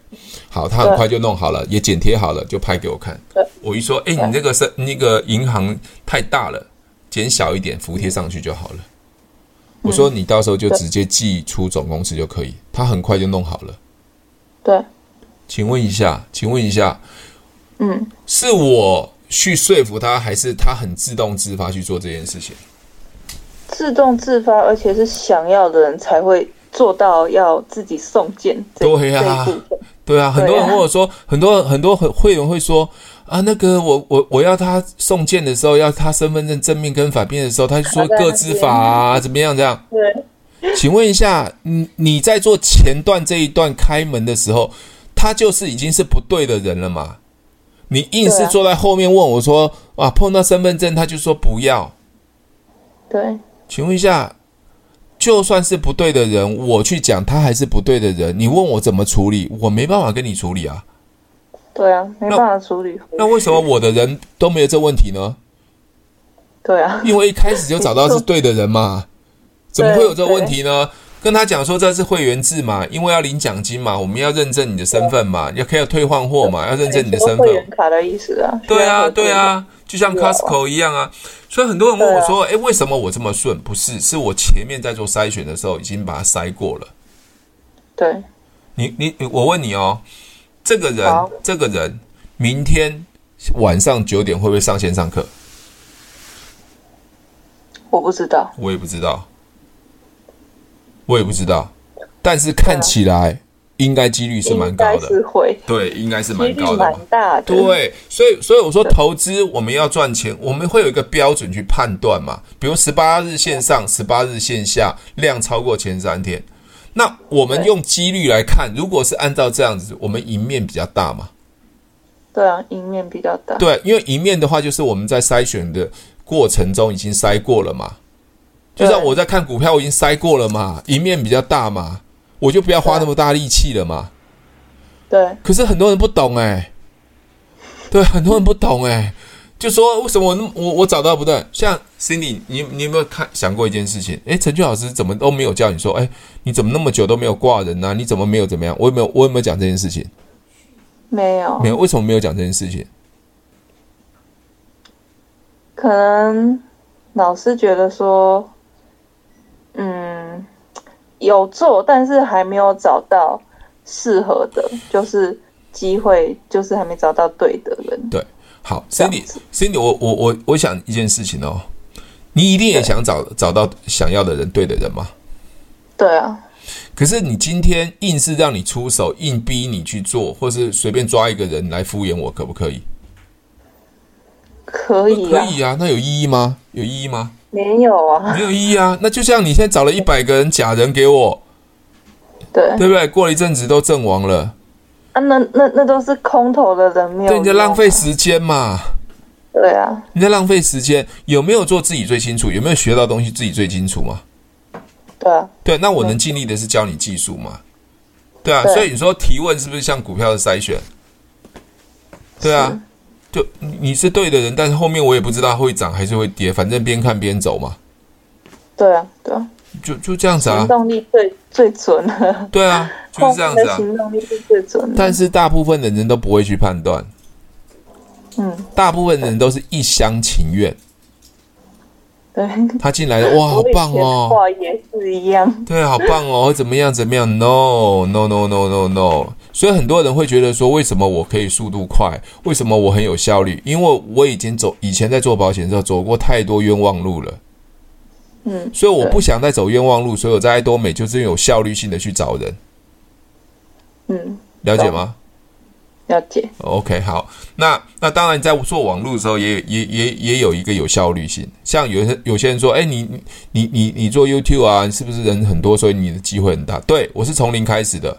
Speaker 1: 好，他很快就弄好了，也剪贴好了，就拍给我看
Speaker 2: 对。
Speaker 1: 我一说，哎，你这个是那个银行太大了，减小一点，服贴上去就好了。
Speaker 2: 嗯
Speaker 1: 我说你到时候就
Speaker 2: 对
Speaker 1: 直接寄出总公司就可以，他很快就弄好了。
Speaker 2: 对，
Speaker 1: 请问一下，请问一下，
Speaker 2: 嗯，
Speaker 1: 是我去说服他，还是他很自动自发去做这件事情？
Speaker 2: 自动自发，而且是想要的人才会做到要自己送件这
Speaker 1: 对呀
Speaker 2: 这一部分。
Speaker 1: 对啊，很多人问我说，很多很多很会员会说啊，那个我我我要他送件的时候，要他身份证正面跟反面的时候，他就说各
Speaker 2: 卡在那边
Speaker 1: 啊自法啊，怎么样这样？
Speaker 2: 对，
Speaker 1: 请问一下，你你在做前段这一段开门的时候，他就是已经是不对的人了嘛？你硬
Speaker 2: 对
Speaker 1: 是
Speaker 2: 啊
Speaker 1: 坐在后面问我说啊，碰到身份证他就说不要，
Speaker 2: 对，
Speaker 1: 请问一下，就算是不对的人，我去讲他还是不对的人，你问我怎么处理，我没办法跟你处理啊。
Speaker 2: 对啊，没办法处理。
Speaker 1: 那为什么我的人都没有这问题呢？
Speaker 2: 对啊，
Speaker 1: 因为一开始就找到是对的人嘛，怎么会有这问题呢？跟他讲说这是会员制嘛，因为要领奖金嘛，我们要认证你的身份嘛，要可以退换货嘛，要认证你的身
Speaker 2: 说会员
Speaker 1: 份。
Speaker 2: 卡的意思啊。
Speaker 1: 对
Speaker 2: 需要
Speaker 1: 啊，
Speaker 2: 合作
Speaker 1: 对啊，就像
Speaker 2: 啊对啊
Speaker 1: Costco 一样啊。所以很多人问我说：“诶，为什么我这么顺？”不是，是我前面在做筛选的时候已经把它筛过了。
Speaker 2: 对，
Speaker 1: 你你你我问你哦，这个人
Speaker 2: 好
Speaker 1: 这个人明天晚上九点会不会上线上课？
Speaker 2: 我不知道。
Speaker 1: 我也不知道，我也不知道，但是看起来应该几率是蛮高
Speaker 2: 应该是
Speaker 1: 的，
Speaker 2: 会，
Speaker 1: 对，应该是
Speaker 2: 几
Speaker 1: 蛮
Speaker 2: 率
Speaker 1: 高的嘛
Speaker 2: 蛮。大的。，
Speaker 1: 对，所以所以我说投资我们要赚钱，我们会有一个标准去判断嘛，比如十八日线上、十八日线下，量超过前三天，那我们
Speaker 2: 对
Speaker 1: 用几率来看，如果是按照这样子，我们赢面比较大嘛。
Speaker 2: 对啊，赢面比较 大。
Speaker 1: 对，因为一面的话，就是我们在筛选的过程中已经筛过了嘛。就
Speaker 2: 对
Speaker 1: 像我在看股票，我已经筛过了嘛，一面比较大嘛，我就不要花那么大力气了嘛。
Speaker 2: 对
Speaker 1: 可是很多人不懂哎、对，很多人不懂哎、就说为什么我那么我我找到不对？像 Cindy，你你有没有看想过一件事情？哎，陈俊老师怎么都没有叫你说，哎，你怎么那么久都没有挂人呢、你怎么没有怎么样？我有没有我有没有讲这件事情？
Speaker 2: 没有
Speaker 1: 没有，为什么没有讲这件事情？
Speaker 2: 可能老师觉得说，嗯，有做，但是还没有找到适合的，就是机会，就是还没找到对的人。
Speaker 1: 对，好
Speaker 2: 这样
Speaker 1: ，Cindy
Speaker 2: 子
Speaker 1: Cindy，我我我我想一件事情哦，你一定也想找找到想要的人，对的人嘛。
Speaker 2: 对啊，
Speaker 1: 可是你今天硬是让你出手，硬逼你去做，或是随便抓一个人来敷衍我，可不可以？
Speaker 2: 可以啊
Speaker 1: 可，以啊，那有意义吗？有意义吗？
Speaker 2: 没有啊，
Speaker 1: 没有意义啊。那就像你现在找了一百个人假人给我，
Speaker 2: 对
Speaker 1: 对不对？过了一阵子都阵亡了，
Speaker 2: 啊，那那那都是空头的人，没有
Speaker 1: 对，你在浪费
Speaker 2: 用啊。
Speaker 1: 时间嘛。
Speaker 2: 对啊，
Speaker 1: 你在浪费时间，有没有做自己最清楚？有没有学到东西自己最清楚嘛？
Speaker 2: 对啊，
Speaker 1: 对，那我能尽力的是教你技术嘛？对啊，
Speaker 2: 对
Speaker 1: 所以你说提问是不是像股票的筛选？对啊，就你你是对的人，但是后面我也不知道会涨还是会跌，反正边看边走嘛，
Speaker 2: 对啊，对啊，
Speaker 1: 就就这样子啊
Speaker 2: 行，动力最最准了，
Speaker 1: 对啊， 就是这样子
Speaker 2: 后面的
Speaker 1: 啊。
Speaker 2: 行动力是最准的。
Speaker 1: 但是大部分的人都不会去判断，
Speaker 2: 嗯，
Speaker 1: 大部分人都是一厢情愿。
Speaker 2: 对，
Speaker 1: 他进来了，哇，好
Speaker 2: 我以
Speaker 1: 棒
Speaker 2: 前的
Speaker 1: 哦，
Speaker 2: 话也是一样。
Speaker 1: 对，好棒哦，怎么样怎么样？No no no no no no。所以很多人会觉得说，为什么我可以速度快？为什么我很有效率？因为我已经走以前在做保险的时候走过太多冤枉路了，
Speaker 2: 嗯，
Speaker 1: 所以我不想再走冤枉路，所以我在爱多美就是有效率性的去找人，
Speaker 2: 嗯，
Speaker 1: 了解吗
Speaker 2: 了解。
Speaker 1: ？OK，好，那那当然，在做网路的时候也，也也也有一个有效率性。像有些有些人说，哎，你你你你你做 YouTube 啊，是不是人很多，所以你的机会很大？对我是从零开始的，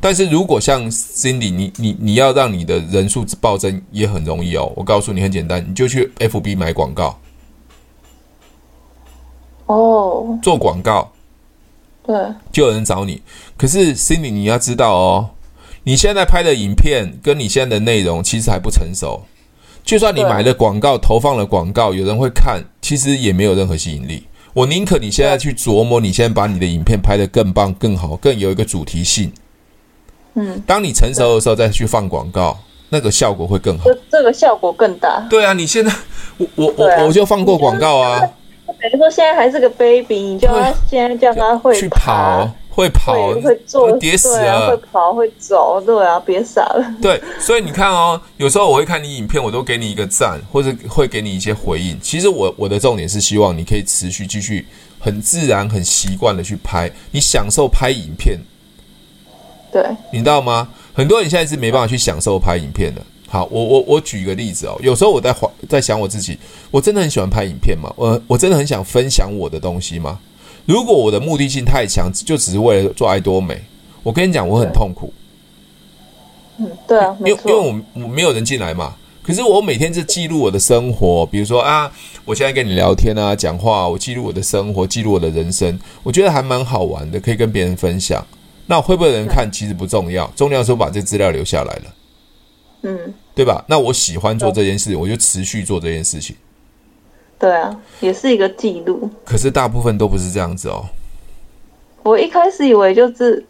Speaker 1: 但是如果像 Cindy，你你你要让你的人数暴增也很容易哦。我告诉你，很简单，你就去 FB 买广告，
Speaker 2: 哦，
Speaker 1: 做广告，
Speaker 2: 对，
Speaker 1: 就有人找你。可是 Cindy，你要知道哦，你现在拍的影片跟你现在的内容其实还不成熟。就算你
Speaker 2: 对
Speaker 1: 买了广告，投放了广告，有人会看，其实也没有任何吸引力。我宁可你现在去琢磨，你先把你的影片拍得更棒、更好、更有一个主题性。
Speaker 2: 嗯，
Speaker 1: 当你成熟的时候再去放广告，那个效果会更好。
Speaker 2: 这这个效果更大。
Speaker 1: 对啊，你现在我我我、
Speaker 2: 对啊
Speaker 1: 我就放过广告啊，
Speaker 2: 等于说现在还是个 baby，你叫他现在叫他会
Speaker 1: 去
Speaker 2: 爬
Speaker 1: 跑，会跑，
Speaker 2: 会会做，
Speaker 1: 跌死
Speaker 2: 对啊，
Speaker 1: 了
Speaker 2: 会。跑会走，对啊，别傻了，
Speaker 1: 对，所以你看哦，有时候我会看你影片，我都给你一个赞，或者会给你一些回应。其实我我的重点是希望你可以持续继续很自然、很习惯的去拍，你享受拍影片，
Speaker 2: 对
Speaker 1: 你知道吗？很多人现在是没办法去享受拍影片的。好，我我我举一个例子哦，有时候我在怀在想我自己，我真的很喜欢拍影片嘛，我我真的很想分享我的东西吗？如果我的目的性太强，就只是为了做爱多美，我跟你讲，我很痛苦。
Speaker 2: 嗯，对啊，
Speaker 1: 因
Speaker 2: 没
Speaker 1: 为因为
Speaker 2: 错，
Speaker 1: 我我没有人进来嘛。可是我每天是记录我的生活，比如说啊，我现在跟你聊天啊，讲话，我记录我的生活，记录我的人生，我觉得还蛮好玩的，可以跟别人分享。那会不会有人看其实不重要，重要是我把这资料留下来了，
Speaker 2: 嗯，
Speaker 1: 对吧？那我喜欢做这件事，我就持续做这件事情。
Speaker 2: 对啊，也是一个记录。
Speaker 1: 可是大部分都不是这样子哦，
Speaker 2: 我一开始以为就是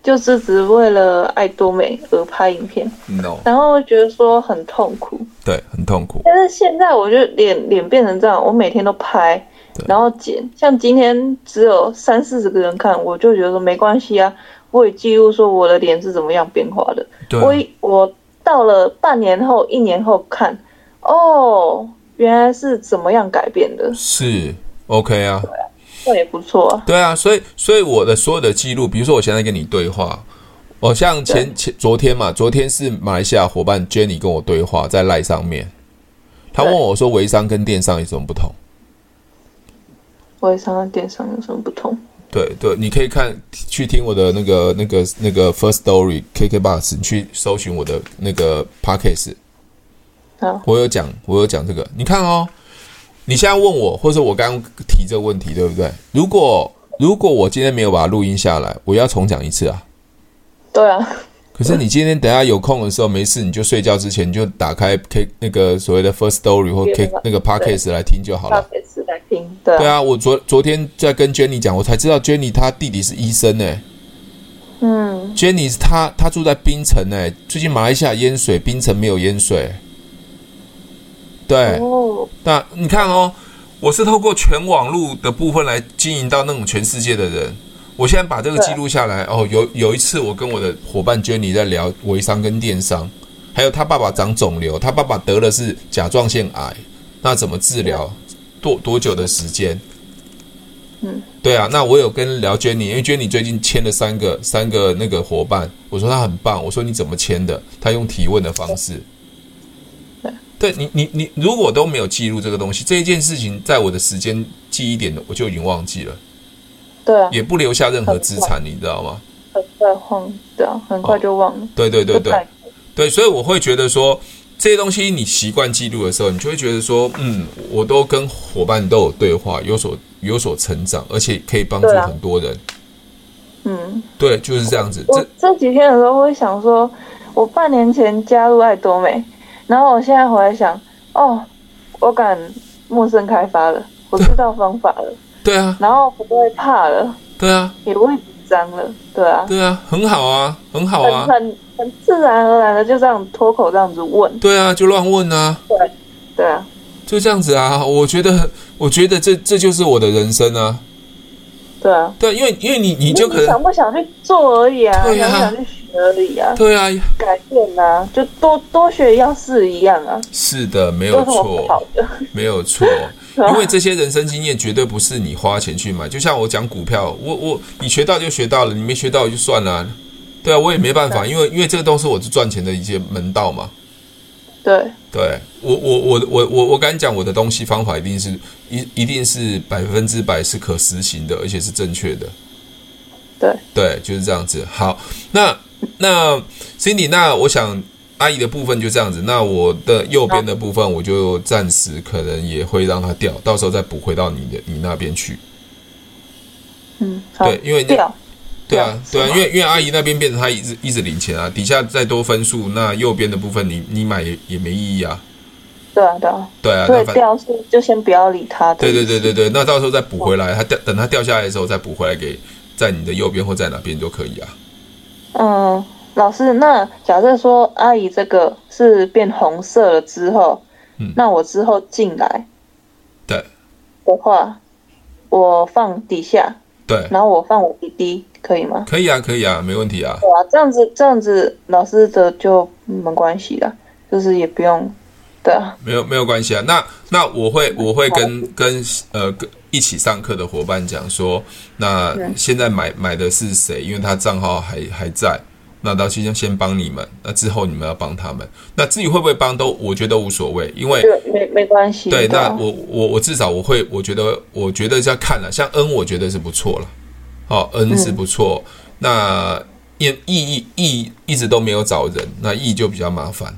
Speaker 2: 就是只为了爱多美而拍影片，
Speaker 1: no，
Speaker 2: 然后觉得说很痛苦，
Speaker 1: 对，很痛苦。
Speaker 2: 但是现在我就脸脸变成这样，我每天都拍
Speaker 1: 对，
Speaker 2: 然后剪，像今天只有三四十个人看，我就觉得说没关系啊，我也记录说我的脸是怎么样变化的。
Speaker 1: 对啊，
Speaker 2: 我一我到了半年后、一年后看，哦，原来是怎么样改变的，
Speaker 1: 是 OK 啊。
Speaker 2: 那也不错啊。
Speaker 1: 对啊，所以所以我的所有的记录，比如说我现在跟你对话，哦，像前前昨天嘛，昨天是马来西亚伙伴 Jenny 跟我对话在赖上面，他问
Speaker 2: 对
Speaker 1: 我说微商跟电商有什么不同？
Speaker 2: 微商跟电商有什么不同？
Speaker 1: 对对，你可以看去听我的那个那个那个 First Story KKBox，你去搜寻我的那个 Podcast，
Speaker 2: 好，
Speaker 1: 我有讲我有讲这个，你看哦，你现在问我，或者我刚刚提这个问题，对不对？如果如果我今天没有把它录音下来，我要重讲一次啊。
Speaker 2: 对啊，
Speaker 1: 可是你今天等一下有空的时候没事，你就睡觉之前你就打开 K 那个所谓的 First Story 或 K 那个 Podcast 来听就好
Speaker 2: 大
Speaker 1: 了。
Speaker 2: 粉丝来听，对
Speaker 1: 对
Speaker 2: 啊，
Speaker 1: 啊，我昨昨天在跟 Jenny 讲，我才知道 Jenny 她弟弟是医生呢、欸
Speaker 2: 嗯，
Speaker 1: Jenny 她她住在槟城呢、最近马来西亚淹水，槟城没有淹水。对，
Speaker 2: 哦，
Speaker 1: 那你看哦，我是透过全网路的部分来经营到那种全世界的人。我现在把这个
Speaker 2: 对
Speaker 1: 记录下来哦。有有一次，我跟我的伙伴 Jenny 在聊微商跟电商，还有他爸爸长肿瘤，他爸爸得了是甲状腺癌，那怎么治疗？多多久的时间？
Speaker 2: 嗯，
Speaker 1: 对啊。那我有跟聊 Jenny，因为 Jenny 最近签了三个三个那个伙伴，我说他很棒，我说你怎么签的？他用提问的方式。对你，你你如果都没有记录这个东西，这一件事情在我的时间记忆点，我就已经忘记了，
Speaker 2: 对啊，
Speaker 1: 也不留下任何资产，你知道吗？
Speaker 2: 很快晃，对啊，很快就忘了，
Speaker 1: 对对哦对
Speaker 2: 就
Speaker 1: 对
Speaker 2: 改
Speaker 1: 对，所以我会觉得说，这些东西你习惯记录的时候，你就会觉得说，嗯，我都跟伙伴都有对话，有所有所成长，而且可以帮助
Speaker 2: 对啊
Speaker 1: 很多人。
Speaker 2: 嗯。
Speaker 1: 对，就是这样子。
Speaker 2: 我
Speaker 1: 这
Speaker 2: 这几天的时候，我会想说，我半年前加入爱多美，然后我现在回来想，哦，我敢陌生开发了，我知道方法 了，
Speaker 1: 对啊，
Speaker 2: 然后不会怕了，
Speaker 1: 对啊，
Speaker 2: 也不会紧张了，对啊，
Speaker 1: 对啊，很好啊，很好
Speaker 2: 很
Speaker 1: 啊，
Speaker 2: 很很自然而然的就这样脱口这样子问，
Speaker 1: 对啊，就乱问啊。
Speaker 2: 对啊，
Speaker 1: 就这样子啊，我觉得，我觉得这这就是我的人生啊。
Speaker 2: 对啊，
Speaker 1: 对，因为因为你你
Speaker 2: 你
Speaker 1: 就可
Speaker 2: 想
Speaker 1: 能
Speaker 2: 不想去做而已啊，
Speaker 1: 对啊
Speaker 2: 想不想去学而已啊，
Speaker 1: 对啊，
Speaker 2: 改变啊，就多多学一样是一样啊，
Speaker 1: 是的，没
Speaker 2: 有
Speaker 1: 有
Speaker 2: 什么不
Speaker 1: 错
Speaker 2: 好，的？
Speaker 1: 没有错，
Speaker 2: 对啊
Speaker 1: 因为这些人生经验绝对不是你花钱去买。就像我讲股票，我我你学到就学到了，你没学到就算了啊、对啊，我也没办法，因为因为这个都是我赚钱的一些门道嘛。
Speaker 2: 对，
Speaker 1: 对我我我我我我敢讲，我的东西方法一定是一一定是百分之百是可实行的，而且是正确的。
Speaker 2: 对
Speaker 1: 对，就是这样子。好，那那 Cindy，那我想阿姨的部分就这样子。那我的右边的部分，我就暂时可能也会让它掉，到时候再补回到你的你那边去。
Speaker 2: 嗯，好
Speaker 1: 对，因为那
Speaker 2: 掉。
Speaker 1: 对啊，
Speaker 2: 这
Speaker 1: 对啊，
Speaker 2: 样
Speaker 1: 因为因为阿姨那边变成她一直一直领钱啊，底下再多分数，那右边的部分你你买也也没意义啊。
Speaker 2: 对啊，对啊，
Speaker 1: 对啊，
Speaker 2: 所
Speaker 1: 那
Speaker 2: 以
Speaker 1: 反
Speaker 2: 掉是就先不要理他的。
Speaker 1: 对对对对对，那到时候再补回来，它掉等它掉下来的时候再补回来给在你的右边或在哪边都可以啊。
Speaker 2: 嗯，老师，那假设说阿姨这个是变红色了之后，
Speaker 1: 嗯
Speaker 2: 那我之后进来
Speaker 1: 对
Speaker 2: 的话，我放底下，
Speaker 1: 对
Speaker 2: 然后我放我弟弟，可以吗？
Speaker 1: 可以啊，可以啊，没问题啊。
Speaker 2: 对啊，这样子这样子，老师的就没关系啦，就是也不用，对啊，
Speaker 1: 没有没有关系啊。那那我会我会跟跟呃跟一起上课的伙伴讲说，那现在买买的是谁？因为他账号还还在，那到先先帮你们，那之后你们要帮他们。那至于会不会帮都，我觉得无所谓，因为
Speaker 2: 就没没关系。
Speaker 1: 对，那
Speaker 2: 啊
Speaker 1: 我我我至少我会，我觉得我觉得是要看了，像 N 我觉得是不错了，哦，N 是不
Speaker 2: 嗯
Speaker 1: 错。那因 E E E 一直都没有找人，那 E 就比较麻烦。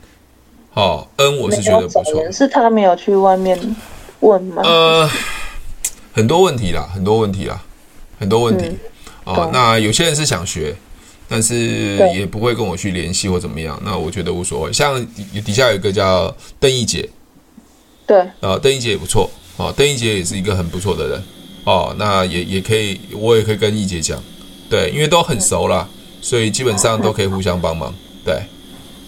Speaker 1: 哦，N 我是觉得不
Speaker 2: 没有找
Speaker 1: 错。
Speaker 2: 人是他没有去外面问吗？
Speaker 1: 呃，很多问题啦，很多问题啦，很多问题。哦
Speaker 2: 嗯懂，
Speaker 1: 那有些人是想学，但是
Speaker 2: 对
Speaker 1: 也不会跟我去联系或怎么样，那我觉得无所谓。像底底下有一个叫邓毅姐，
Speaker 2: 对，
Speaker 1: 啊，邓一杰也不错哦，邓一杰也是一个很不错的人哦，那也也可以，我也可以跟一杰讲，对，因为都很熟啦，所以基本上都可以互相帮忙，对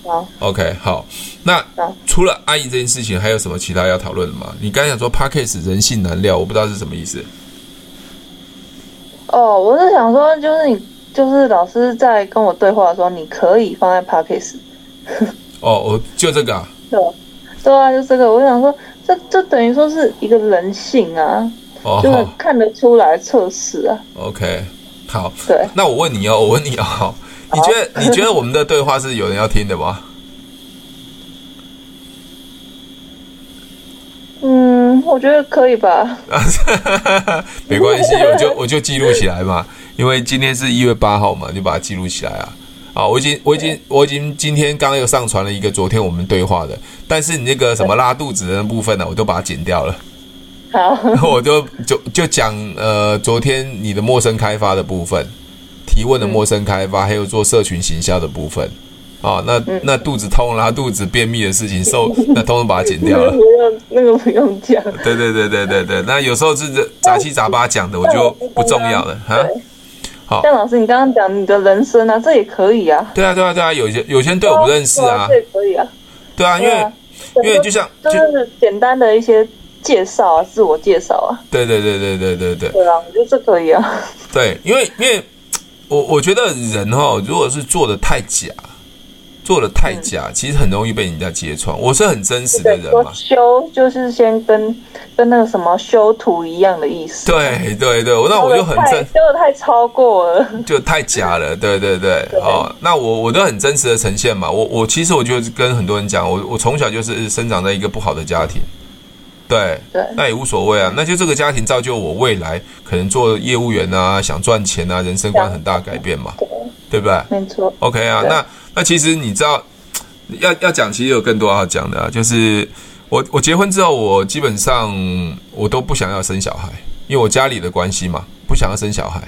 Speaker 2: 好，
Speaker 1: ，OK，好，那
Speaker 2: 好
Speaker 1: 除了阿姨这件事情，还有什么其他要讨论的吗？你刚才讲说 p a c k a g e 人性难料，我不知道是什么意思，
Speaker 2: 哦，我是想说，就是你，就是老师在跟我对话的时候，你可以放在 p a c k a g e
Speaker 1: 哦，我就这个啊，
Speaker 2: 对啊，对啊，就这个，我想说，这这等于说是一个人性啊，
Speaker 1: 哦
Speaker 2: 就是看得出来测试啊，
Speaker 1: o k 好，
Speaker 2: 对，
Speaker 1: 那我问你哦，我问你哦，你觉得你觉得我们的对话是有人要听的吗？
Speaker 2: 嗯，我觉得可以吧，
Speaker 1: 啊， 没关系，我就我就记录起来嘛，因为今天是一月八号嘛，就把它记录起来啊。啊，我已经我已经我已经今天刚刚又上传了一个昨天我们对话的，但是你那个什么拉肚子的部分呢、啊我都把它剪掉了，
Speaker 2: 好，
Speaker 1: 我就就就讲呃昨天你的陌生开发的部分，提问的陌生开发，还有做社群行销的部分。啊，那那肚子痛啦、肚子便秘的事情，瘦那通通把它剪掉
Speaker 2: 那个
Speaker 1: 了。
Speaker 2: 不用，那个不用讲，
Speaker 1: 对对对对对对，那有时候是这杂七杂八讲的，我就不重要了哈。
Speaker 2: 对
Speaker 1: 好
Speaker 2: 像老师你刚刚讲你的人生啊，这也可以啊，
Speaker 1: 对啊对啊对啊，有些有些人对我不认识啊
Speaker 2: 对，这也可以啊，
Speaker 1: 对啊，因
Speaker 2: 对
Speaker 1: 为
Speaker 2: 啊
Speaker 1: 因为就像就
Speaker 2: 就是简单的一些介绍啊，自我介绍啊，
Speaker 1: 对对对对对对对
Speaker 2: 对啊，我觉得这可以啊，
Speaker 1: 对，因为因为我我觉得人哈，如果是做的太假，做的太假，其实很容易被人家揭穿。我是很真实的
Speaker 2: 嗯对，
Speaker 1: 人
Speaker 2: 说
Speaker 1: 嘛，
Speaker 2: 修就是先跟跟那个什么修图一样的意思。
Speaker 1: 对对对，那我就很
Speaker 2: 太
Speaker 1: 真，
Speaker 2: 修的太超过了。
Speaker 1: 就太假了，对对对，哦，那我我都很真实的呈现嘛，我我其实我就跟很多人讲，我我从小就是生长在一个不好的家庭，对，
Speaker 2: 对
Speaker 1: 那也无所谓啊，那就这个家庭造就我未来可能做业务员啊，想赚钱啊，人生观很大改变嘛，对不对
Speaker 2: 没错，
Speaker 1: ？OK 啊，
Speaker 2: 对
Speaker 1: 那那其实你知道，要要讲其实有更多要讲的、啊，就是我我结婚之后，我基本上我都不想要生小孩，因为我家里的关系嘛，不想要生小孩，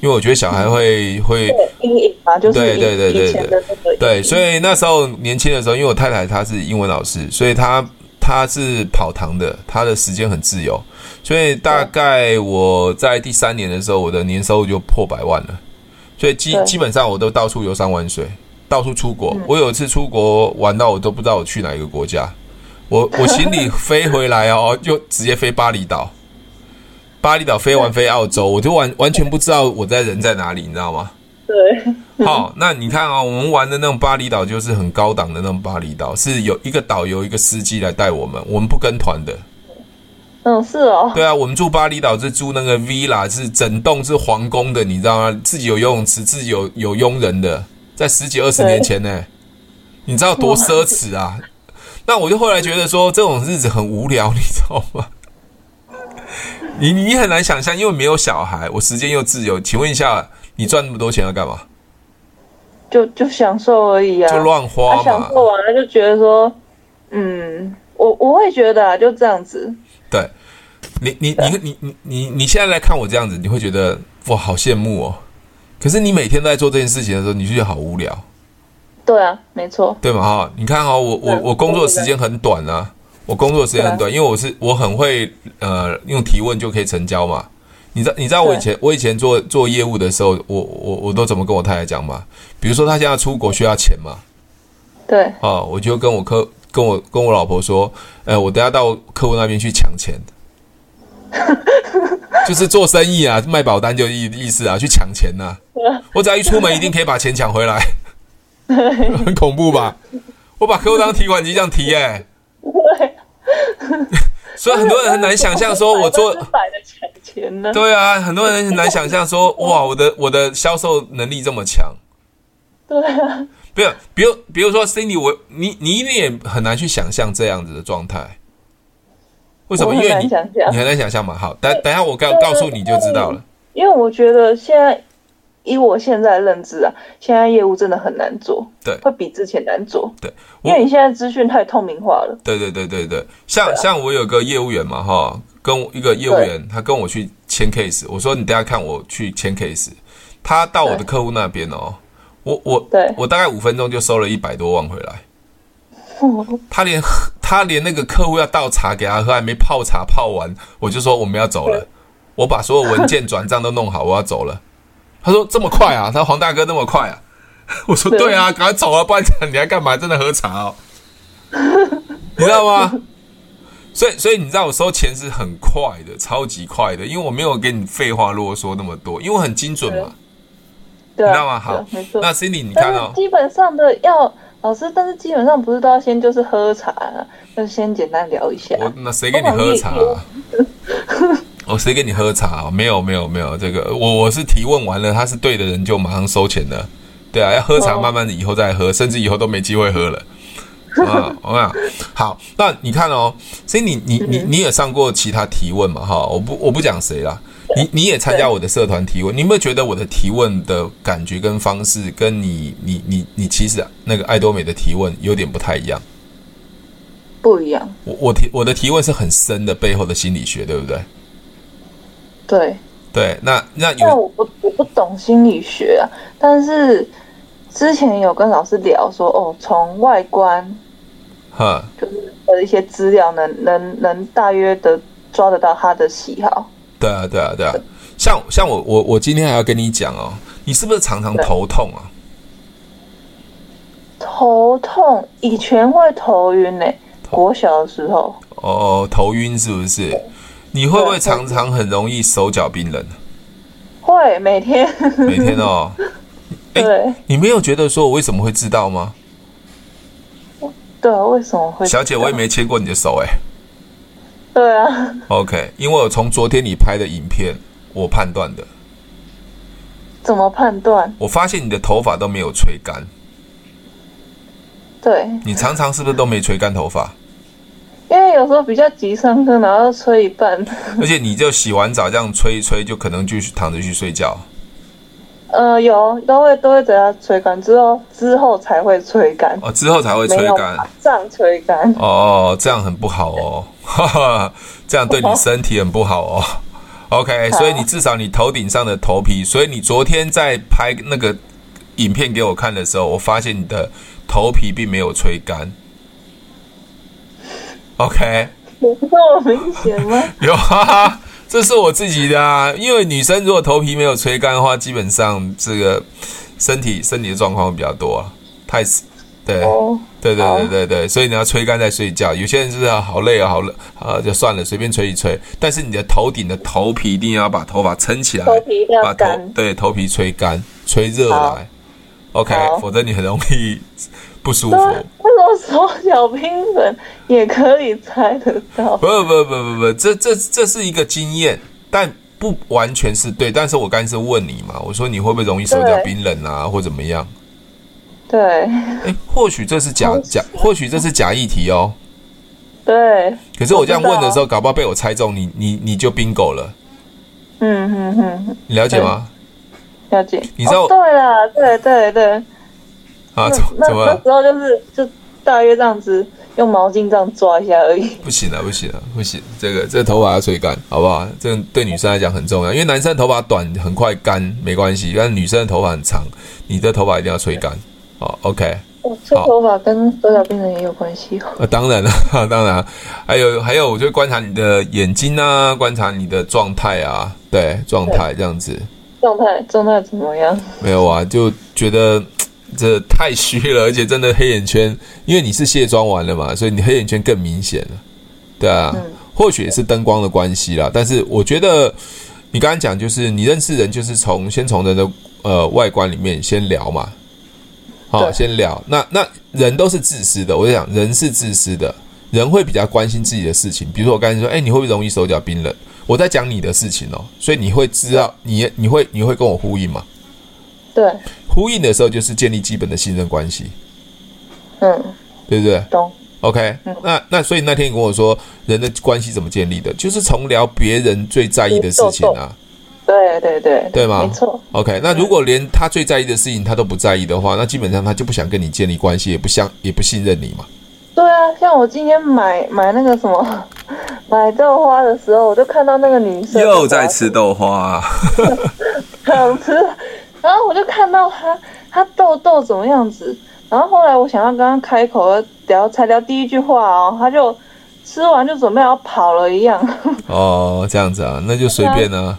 Speaker 1: 因为我觉得小孩会会
Speaker 2: 对阴影嘛，就是
Speaker 1: 对
Speaker 2: 以
Speaker 1: 对对对
Speaker 2: 以前的那个阴影
Speaker 1: 对，所以那时候年轻的时候，因为我太太她是英文老师，所以她她是跑堂的，她的时间很自由，所以大概我在第三年的时候，我的年收入就破百万了，所以基
Speaker 2: 对嗯
Speaker 1: 基本上我都到处游山玩水，到处出国。我有一次出国玩到我都不知道我去哪一个国家，我我行李飞回来哦， 就直接飞巴厘岛。巴厘岛飞完飞澳洲，我就完完全不知道我在人在哪里，你知道吗？
Speaker 2: 对
Speaker 1: 好、那你看啊、我们玩的那种巴厘岛就是很高档的那种巴厘岛，是有一个导游一个司机来带我们，我们不跟团的。
Speaker 2: 嗯是哦，
Speaker 1: 对啊，我们住巴厘岛是住那个 villa，是整栋是皇宫的，你知道吗？自己有游泳池，自己有有佣人的，在十几二十年前呢、你知道多奢侈啊？那我就后来觉得说这种日子很无聊，你知道吗？你你很难想象，因为没有小孩，我时间又自由。请问一下，你赚那么多钱要干嘛？
Speaker 2: 就就享受而已啊，
Speaker 1: 就乱花
Speaker 2: 他
Speaker 1: 嘛。
Speaker 2: 享受完了就觉得说，嗯，我我会觉得啊，就这样子，
Speaker 1: 对，你你你你你你你现在来看我这样子，你会觉得哇，好羡慕哦。可是你每天都在做这件事情的时候，你就觉得好无聊，
Speaker 2: 对啊，没错，
Speaker 1: 对吗？哈，你看哦，我我
Speaker 2: 对
Speaker 1: 我工作的时间很短啊，我工作的时间很短，因为我是我很会呃用提问就可以成交嘛。你知道你知道我以前我以前做做业务的时候，我我我都怎么跟我太太讲嘛？比如说她现在要出国需要钱嘛，
Speaker 2: 对
Speaker 1: 啊，我就跟我客跟我跟我老婆说，呃，我等下到客户那边去抢钱， 就是做生意啊，卖保单就意意思啊，去抢钱呐、我只要一出门，一定可以把钱抢回来， 很恐怖吧？我把客户当提款机这样提耶、
Speaker 2: 对，
Speaker 1: 所以很多人很难想象说我做
Speaker 2: 百分之百的抢钱呢，
Speaker 1: 对啊，很多人很难想象说哇，我的我的销售能力这么强。
Speaker 2: 对啊，
Speaker 1: 不要，比如比如说 Cindy，我你你一定也很难去想象这样子的状态。为什么？
Speaker 2: 我
Speaker 1: 因
Speaker 2: 很
Speaker 1: 为你
Speaker 2: 难想象
Speaker 1: 你很难想象嘛。好，等等一下我告告诉你就知道了。
Speaker 2: 因为我觉得现在以我现在的认知啊，现在业务真的很难做，
Speaker 1: 对
Speaker 2: 会比之前难做，
Speaker 1: 对，我
Speaker 2: 因为你现在资讯太透明化了，
Speaker 1: 对对对对对，
Speaker 2: 啊
Speaker 1: 像像我有个业务员嘛哈，跟我一个业务员，他跟我去签 case，我说你等一下看我去签 case，他到我的
Speaker 2: 对
Speaker 1: 客户那边哦，我我
Speaker 2: 对
Speaker 1: 我大概五分钟就收了一百多万回来。他连 他连那个客户要倒茶给他喝，还没泡茶泡完，我就说我们要走了，我把所有文件转账都弄好，我要走了。他说这么快啊？他说黄大哥那么快啊？ 我说
Speaker 2: 对
Speaker 1: 对啊，赶快走啊，不然你还干嘛？真的喝茶 哦，你知道吗？所以，所以你知道我收钱是很快的，超级快的，因为我没有跟你废话啰嗦那么多，因为我很精准嘛，
Speaker 2: 对
Speaker 1: 你
Speaker 2: 啊，
Speaker 1: 知道吗？好
Speaker 2: 对啊没，错。
Speaker 1: 那 Cindy 你看
Speaker 2: 但是
Speaker 1: 哦，
Speaker 2: 基本上的要老师，但是基本上不是都要先就是喝茶、啊要先简单聊一下。
Speaker 1: 我那谁给你喝茶、啊？ 我谁给你喝茶、啊没有没有没有，这个我我是提问完了，他是对的人就马上收钱的。对啊，要喝茶，
Speaker 2: 哦
Speaker 1: 慢慢的以后再喝，甚至以后都没机会喝了。 啊，我想好，那你看哦，所以你你你你也上过其他提问嘛？哈，我不我不讲谁啦，你你也参加我的社团提问，你有没有觉得我的提问的感觉跟方式跟你你你你其实那个爱多美的提问有点不太一样？
Speaker 2: 不一样，
Speaker 1: 我我提我的提问是很深的背后的心理学，对不对？
Speaker 2: 对。
Speaker 1: 对，那那
Speaker 2: 因为
Speaker 1: 有
Speaker 2: 我不我不懂心理学啊，但是之前有跟老师聊说，哦，从外观
Speaker 1: 哈，
Speaker 2: 就是的一些资料能能能大约的抓得到他的喜好。
Speaker 1: 对啊，对啊，对啊，像像我我我今天还要跟你讲哦，你是不是常常
Speaker 2: 对
Speaker 1: 头痛啊？
Speaker 2: 头痛，以前会头晕呢、国小的时候，
Speaker 1: 哦，头晕是不是？你会不会
Speaker 2: 对
Speaker 1: 常常很容易手脚冰冷？
Speaker 2: 会每天，
Speaker 1: 每天哦，哎
Speaker 2: 对
Speaker 1: 你没有觉得说我为什么会知道吗？
Speaker 2: 对啊，为什么会？
Speaker 1: 小姐，我也没牵过你的手哎、
Speaker 2: 对啊，
Speaker 1: OK，因为我从昨天你拍的影片，我判断的，
Speaker 2: 怎么判断？
Speaker 1: 我发现你的头发都没有吹干，
Speaker 2: 对，
Speaker 1: 你常常是不是都没吹干头发？
Speaker 2: 因为有时候比较急上课，然后吹一半，
Speaker 1: 而且你就洗完澡这样吹一吹，就可能就去躺着去睡觉。
Speaker 2: 呃，有都会都会等它吹干之后之后才会吹干，
Speaker 1: 哦，之后才会吹
Speaker 2: 没有
Speaker 1: 干。
Speaker 2: 马上吹干。
Speaker 1: 哦，这样很不好哦， 哈哈，这样对你身体很不好哦。OK，
Speaker 2: 好
Speaker 1: 所以你至少你头顶上的头皮，所以你昨天在拍那个影片给我看的时候，我发现你的头皮并没有吹干。OK，
Speaker 2: 有那么明显吗？
Speaker 1: 有哈哈，这是我自己的啊，因为女生如果头皮没有吹干的话，基本上这个身体身体的状况会比较多啊，太死 对。
Speaker 2: 哦，
Speaker 1: 对对
Speaker 2: 好
Speaker 1: 对对对，所以你要吹干再睡觉。有些人是啊好累啊，好累啊，就算了，随便吹一吹。但是你的头顶的头皮一定要把头发撑起来，
Speaker 2: 头皮一定
Speaker 1: 把
Speaker 2: 要
Speaker 1: 头
Speaker 2: 干。
Speaker 1: 对头皮吹干，吹热
Speaker 2: 好
Speaker 1: 来。OK，
Speaker 2: 好
Speaker 1: 否则你很容易不舒
Speaker 2: 对啊
Speaker 1: 服。，
Speaker 2: 为什么手脚冰冷也可以猜得到？
Speaker 1: 不不不不不，这这这是一个经验，但不完全是对。但是我刚才是问你嘛，我说你会不会容易手脚
Speaker 2: 对
Speaker 1: 冰冷啊，或怎么样？
Speaker 2: 对
Speaker 1: 哎，或许这是假
Speaker 2: 好
Speaker 1: 假，或许这是假议题哦。
Speaker 2: 对，
Speaker 1: 可是我这样问的时
Speaker 2: 我
Speaker 1: 候，搞不好被我猜中，你你你就 bingo 了，
Speaker 2: 嗯嗯嗯，
Speaker 1: 你了解吗？
Speaker 2: 了解。
Speaker 1: 你知道
Speaker 2: 哦对啦，对对对，
Speaker 1: 啊，
Speaker 2: 那
Speaker 1: 怎么
Speaker 2: 那
Speaker 1: 怎么
Speaker 2: 那
Speaker 1: 了？
Speaker 2: 时候就是就大约这样子，用毛巾这样抓一下而已。
Speaker 1: 不行了，不行了，不行！这个这头发要吹干，好不好？这个对女生来讲很重要，因为男生头发短很快干没关系，但是女生的头发很长，你的头发一定要吹干。哦，OK，
Speaker 2: 我吹头发跟手脚冰冷也有关系哦。
Speaker 1: 呃、当然了， 当然，还有还有，我就观察你的眼睛啊，观察你的状态啊，对，状态这样子。
Speaker 2: 状态状态怎么样？
Speaker 1: 没有啊，就觉得这太虚了，而且真的黑眼圈，因为你是卸妆完了嘛，所以你黑眼圈啊
Speaker 2: 嗯
Speaker 1: 更明显了，对啊，或许也是灯光的关系啦，但是我觉得你刚刚讲就是你认识人，就是从先从人的呃外观里面先聊嘛，好、
Speaker 2: 对
Speaker 1: 先聊。那那人都是自私的，我就讲人是自私的，人会比较关心自己的事情。比如说我刚才说，哎，你会不会容易手脚冰冷？我在讲你的事情哦，所以你会知道，你你会你会跟我呼应嘛？
Speaker 2: 对，
Speaker 1: 呼应的时候就是建立基本的信任关系，
Speaker 2: 嗯，
Speaker 1: 对不对？
Speaker 2: 懂，
Speaker 1: OK，那
Speaker 2: 嗯
Speaker 1: 那所以那天你跟我说，人的关系怎么建立的，就是从聊别人最在意的事情啊，
Speaker 2: 对对对，
Speaker 1: 对吗
Speaker 2: 没错，
Speaker 1: OK，那如果连他最在意的事情他都不在意的话，那基本上他就不想跟你建立关系，也不相也不信任你嘛。
Speaker 2: 对啊，像我今天买买那个什么 买豆花的时候，我就看到那个女生
Speaker 1: 又在 吃豆花、
Speaker 2: 很吃，然后我就看到她她痘痘怎么样子，然后后来我想要跟她开口聊，才聊第一句话哦，她就吃完就准备要跑了一样。
Speaker 1: 哦，这样子啊，那就随便啊。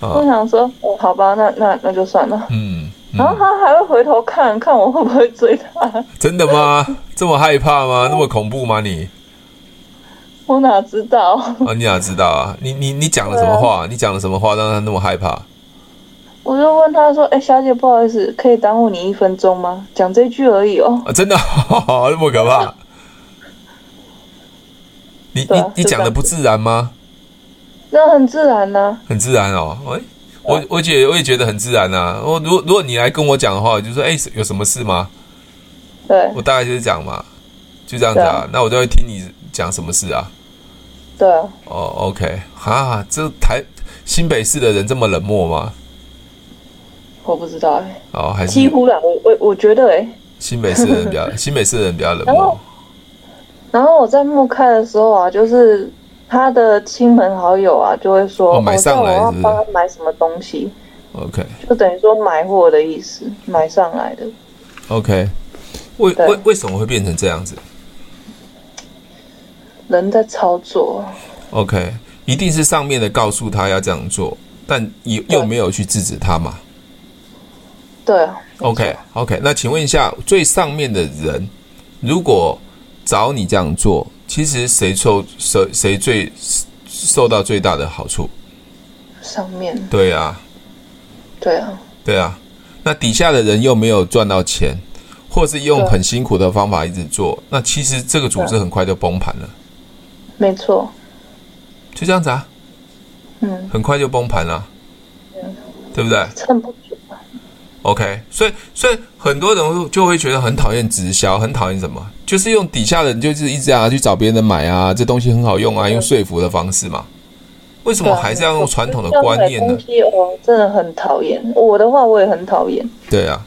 Speaker 2: 我想说，哦，好吧，那那那就算了。
Speaker 1: 嗯，
Speaker 2: 然后她还会回头看看我会不会追她，
Speaker 1: 真的吗？这么害怕吗？那么恐怖吗你？
Speaker 2: 我哪知道？
Speaker 1: 啊，你哪知道啊？你你你讲了什么话？你讲了什么话让他那么害怕？
Speaker 2: 我就问她说，哎、小姐，不好意思，可以耽误你一分钟吗？讲这句而已哦。
Speaker 1: 啊，真的、 那么可怕？你
Speaker 2: 对
Speaker 1: 你
Speaker 2: 啊
Speaker 1: 你
Speaker 2: 就这
Speaker 1: 讲的
Speaker 2: 样
Speaker 1: 不自然吗？
Speaker 2: 那很自然呐、
Speaker 1: 很自然哦。喂、
Speaker 2: 啊
Speaker 1: 我我觉我也觉得很自然啊。我如果如果你来跟我讲的话，我就说哎、有什么事吗？
Speaker 2: 对
Speaker 1: 我大概就是讲嘛，就这样子啊。那我就会听你讲什么事啊。
Speaker 2: 对啊，
Speaker 1: 哦，OK，啊，这台新北市的人这么冷漠吗？
Speaker 2: 我不知道哎、
Speaker 1: 哦，还
Speaker 2: 几
Speaker 1: 是
Speaker 2: 乎啦，我我我觉得哎、
Speaker 1: 新北市的人比 较新北市的人比较冷
Speaker 2: 然后
Speaker 1: 漠。
Speaker 2: 然后我在木开的时候啊，就是他的亲朋好友啊，就会说，
Speaker 1: 哦买上来
Speaker 2: 哦那我
Speaker 1: 是不
Speaker 2: 要
Speaker 1: 是
Speaker 2: 帮他买什么东西，
Speaker 1: OK
Speaker 2: 就等于说买货的意思，买上来的。
Speaker 1: OK，为
Speaker 2: 对
Speaker 1: 为为什么会变成这样子
Speaker 2: 人在操作，啊
Speaker 1: ？OK，一定是上面的告诉他要这样做，但又又
Speaker 2: 对
Speaker 1: 没有去制止他嘛。
Speaker 2: 对啊
Speaker 1: OK OK，那请问一下，最上面的人如果找你这样做，其实谁受谁谁最受到最大的好处？
Speaker 2: 上面
Speaker 1: 对啊，
Speaker 2: 对啊，
Speaker 1: 对啊。那底下的人又没有赚到钱，或是用
Speaker 2: 对
Speaker 1: 很辛苦的方法一直做，那其实这个组织很快就崩盘了，
Speaker 2: 没错，
Speaker 1: 就这样子啊，
Speaker 2: 嗯，
Speaker 1: 很快就崩盘了，对不对？
Speaker 2: 撑不住啊，
Speaker 1: OK，所以所以很多人就会觉得很讨厌直销，很讨厌什么，就是用底下的人就是一直啊去找别人买啊，这东西很好用啊，用说服的方式嘛。为什
Speaker 2: 对
Speaker 1: 么
Speaker 2: 啊
Speaker 1: 还是要用传统的
Speaker 2: 没错
Speaker 1: 观念
Speaker 2: 像买
Speaker 1: 呢
Speaker 2: 东？西哦，真的很讨厌。我的话，我也很讨厌。
Speaker 1: 对啊，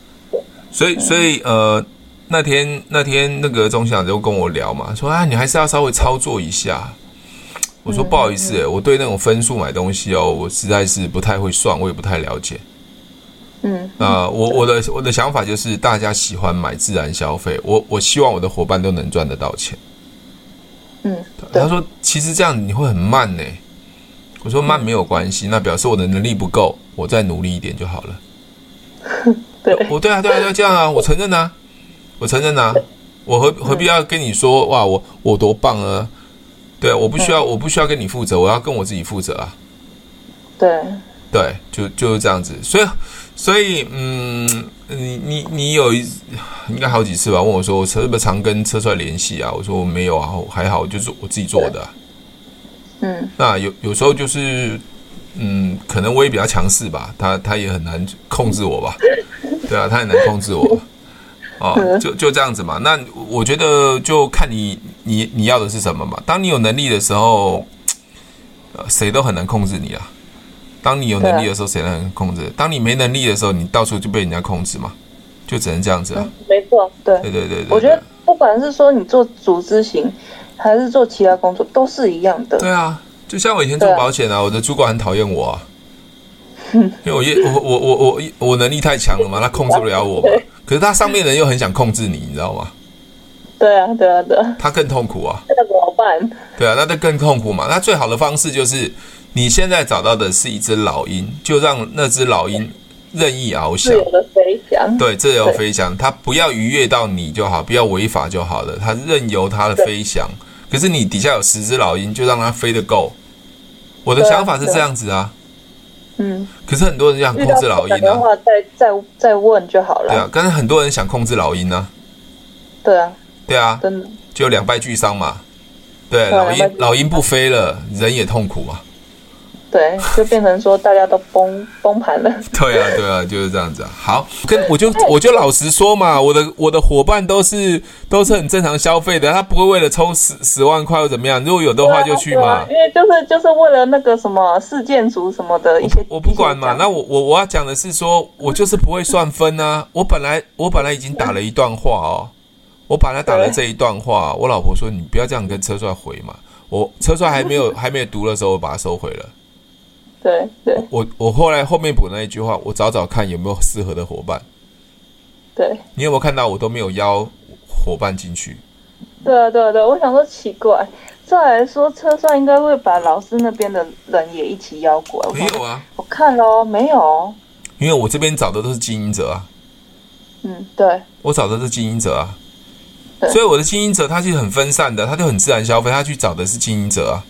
Speaker 1: 所以所以呃，那天那天那个钟想就跟我聊嘛，说啊，你还是要稍微操作一下。我
Speaker 2: 嗯
Speaker 1: 说不好意思、欸我对那种分数买东西哦，我实在是不太会算，我也不太了解。
Speaker 2: 嗯，
Speaker 1: 啊、我我的我的想法就是，大家喜欢买自然消费，我我希望我的伙伴都能赚得到钱。
Speaker 2: 嗯，对
Speaker 1: 他说，其实这样你会很慢呢、我说慢没有关系，那表示我的能力不够，我再努力一点就好了。
Speaker 2: 对，
Speaker 1: 我对啊对啊对啊，这样啊，我承认啊，我承认啊，我何何必要跟你说哇，我我多棒啊？对啊，我不需要我不需要跟你负责，我要跟我自己负责啊。
Speaker 2: 对，
Speaker 1: 对，就就是这样子。所以，所以，嗯，你你你有一应该好几次吧，问我说我是不是常跟车帅联系啊？我说我没有啊，我还好，我就是我自己做的啊、
Speaker 2: 嗯，
Speaker 1: 那有有时候就是，嗯，可能我也比较强势吧，他他也很难控制我 吧，对啊，他很难控制我吧。
Speaker 2: 嗯
Speaker 1: 哦，就就这样子嘛。那我觉得就看你你你要的是什么嘛。当你有能力的时候，呃，谁都很难控制你啊。当你有能力的时候，谁能控制？当你没能力的时候，你到处就被人家控制嘛，就只能这样子啊。
Speaker 2: 没错，对
Speaker 1: 对对对对，
Speaker 2: 嗯我觉得不管是说你做组织型，还是做其他工作，都是一样的。
Speaker 1: 对啊，就像我以前做
Speaker 2: 对啊
Speaker 1: 保险啊，我的主管很讨厌我啊，因为我业我我我我我能力太强了嘛，他控制不了我嘛。可是他上面人又很想控制你，你知道吗？
Speaker 2: 对啊，对啊，对啊，
Speaker 1: 他更痛苦啊，
Speaker 2: 那怎么办？
Speaker 1: 对啊，那就更痛苦嘛。那最好的方式就是你现在找到的是一只老鹰，就让那只老鹰任意翱翔
Speaker 2: 自。由的飞翔。
Speaker 1: 对，自由飞翔，它不要逾越到你就好，不要违法就好了，它任由它的飞翔。可是你底下有十只老鹰，就让它飞得够，我的想法是这样子啊，
Speaker 2: 嗯，
Speaker 1: 可是很多人想控制老
Speaker 2: 遇到
Speaker 1: 鹰
Speaker 2: 不懂的
Speaker 1: 啊，
Speaker 2: 话再再再问就好了。
Speaker 1: 对啊，但是很多人想控制老鹰啊，
Speaker 2: 对啊，
Speaker 1: 对啊，
Speaker 2: 真的，
Speaker 1: 就两败俱伤嘛。对，
Speaker 2: 对啊
Speaker 1: 老
Speaker 2: 两败俱
Speaker 1: 鹰
Speaker 2: 伤
Speaker 1: 老鹰不飞了，人也痛苦嘛。
Speaker 2: 对，就变成说大家都崩崩盘了。
Speaker 1: 对啊，对啊，就是这样子啊。好，跟我就
Speaker 2: 哎
Speaker 1: 我就老实说嘛，我的我的伙伴都是都是很正常消费的，他不会为了抽十十万块或怎么样，如果有的话就去
Speaker 2: 对
Speaker 1: 嘛
Speaker 2: 啊。因为就是就是为了那个什么事件组什么的一些，
Speaker 1: 我不管嘛，
Speaker 2: 一些
Speaker 1: 那我我我要讲的是说，我就是不会算分啊。我本来我本来已经打了一段话哦，我本来打了这一段话，我老婆说你不要这样跟车帅回嘛。我车帅还没有还没有读的时候，我把它收回了。
Speaker 2: 对对
Speaker 1: 我我后来后面补那一句话，我找找看有没有适合的伙伴。
Speaker 2: 对
Speaker 1: 你有没有看到我都没有邀伙伴进去？
Speaker 2: 对啊对啊对啊，我想说奇怪，照理来说车算应该会把老师那边的人也一起邀过来，我
Speaker 1: 没
Speaker 2: 想
Speaker 1: 有啊，
Speaker 2: 我看喽，没有，
Speaker 1: 因为我这边找的都是经营者啊，
Speaker 2: 嗯，对
Speaker 1: 我找的是经营者啊，
Speaker 2: 对
Speaker 1: 所以我的经营者他是很分散的，他就很自然消费，他去找的是经营者啊。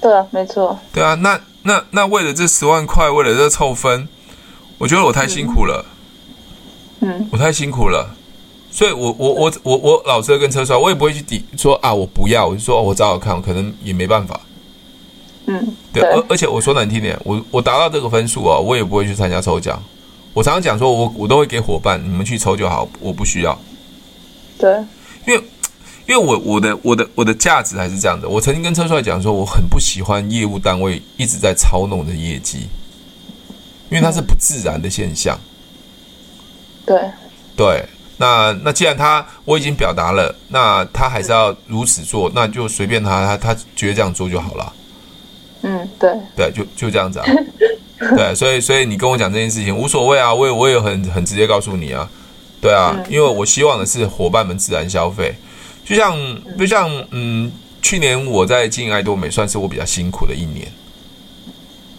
Speaker 2: 对啊，没错，
Speaker 1: 对啊，那那那为了这十万块，为了这凑分，我觉得我太辛苦了，
Speaker 2: 嗯，
Speaker 1: 我太辛苦了。所以我，我我我我老实地跟车帅，我也不会去抵说啊，我不要，我就说、哦我找找看，可能也没办法。
Speaker 2: 嗯，
Speaker 1: 对，而而且我说难听点，我我达到这个分数哦，我也不会去参加抽奖。我常常讲说我，我都会给伙伴，你们去抽就好，我不需要，呃因
Speaker 2: 对
Speaker 1: 为因为我我的我的我的价值还是这样的。我曾经跟车帅讲说，我很不喜欢业务单位一直在操弄的业绩，因为它是不自然的现象。
Speaker 2: 对
Speaker 1: 对，那那既然他我已经表达了，那他还是要如此做，那就随便他，他他觉得这样做就好了。
Speaker 2: 嗯对
Speaker 1: 对，就就这样子啊。对，所以所以你跟我讲这件事情无所谓啊，我也我也很很直接告诉你啊，对啊，因为我希望的是伙伴们自然消费，就像就像嗯，去年我在经营爱多美算是我比较辛苦的一年，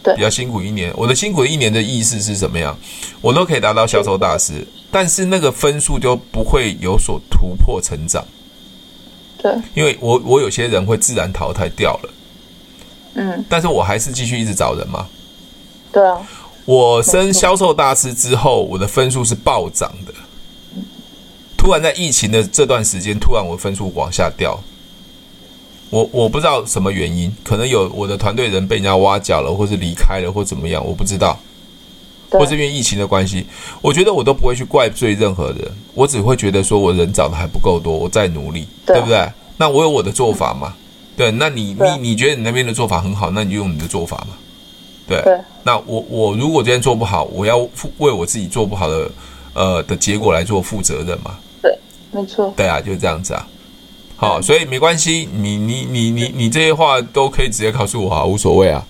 Speaker 2: 对
Speaker 1: 比较辛苦一年。我的辛苦的一年的意思是什么样？我都可以达到销售大师，但是那个分数就不会有所突破成长，
Speaker 2: 对，
Speaker 1: 因为我我有些人会自然淘汰掉了，
Speaker 2: 嗯
Speaker 1: 但是我还是继续一直找人嘛。
Speaker 2: 对啊，
Speaker 1: 我升销售大师之后，我的分数是暴涨的。突然在疫情的这段时间，突然我分数往下掉，我我不知道什么原因，可能有我的团队人被人家挖角了，或是离开了，或怎么样，我不知道，
Speaker 2: 对
Speaker 1: 或是因为疫情的关系，我觉得我都不会去怪罪任何人，我只会觉得说我人找的还不够多，我再努力，
Speaker 2: 对
Speaker 1: 对不对？那我有我的做法嘛？对，那你
Speaker 2: 对
Speaker 1: 你你觉得你那边的做法很好，那你就用你的做法嘛。对，
Speaker 2: 对
Speaker 1: 那我我如果今天做不好，我要负为我自己做不好的呃的结果来做负责任嘛？
Speaker 2: 没错，
Speaker 1: 对啊，就是这样子啊。
Speaker 2: 嗯
Speaker 1: 好，所以没关系，你你你你你这些话都可以直接告诉我啊，无所谓啊，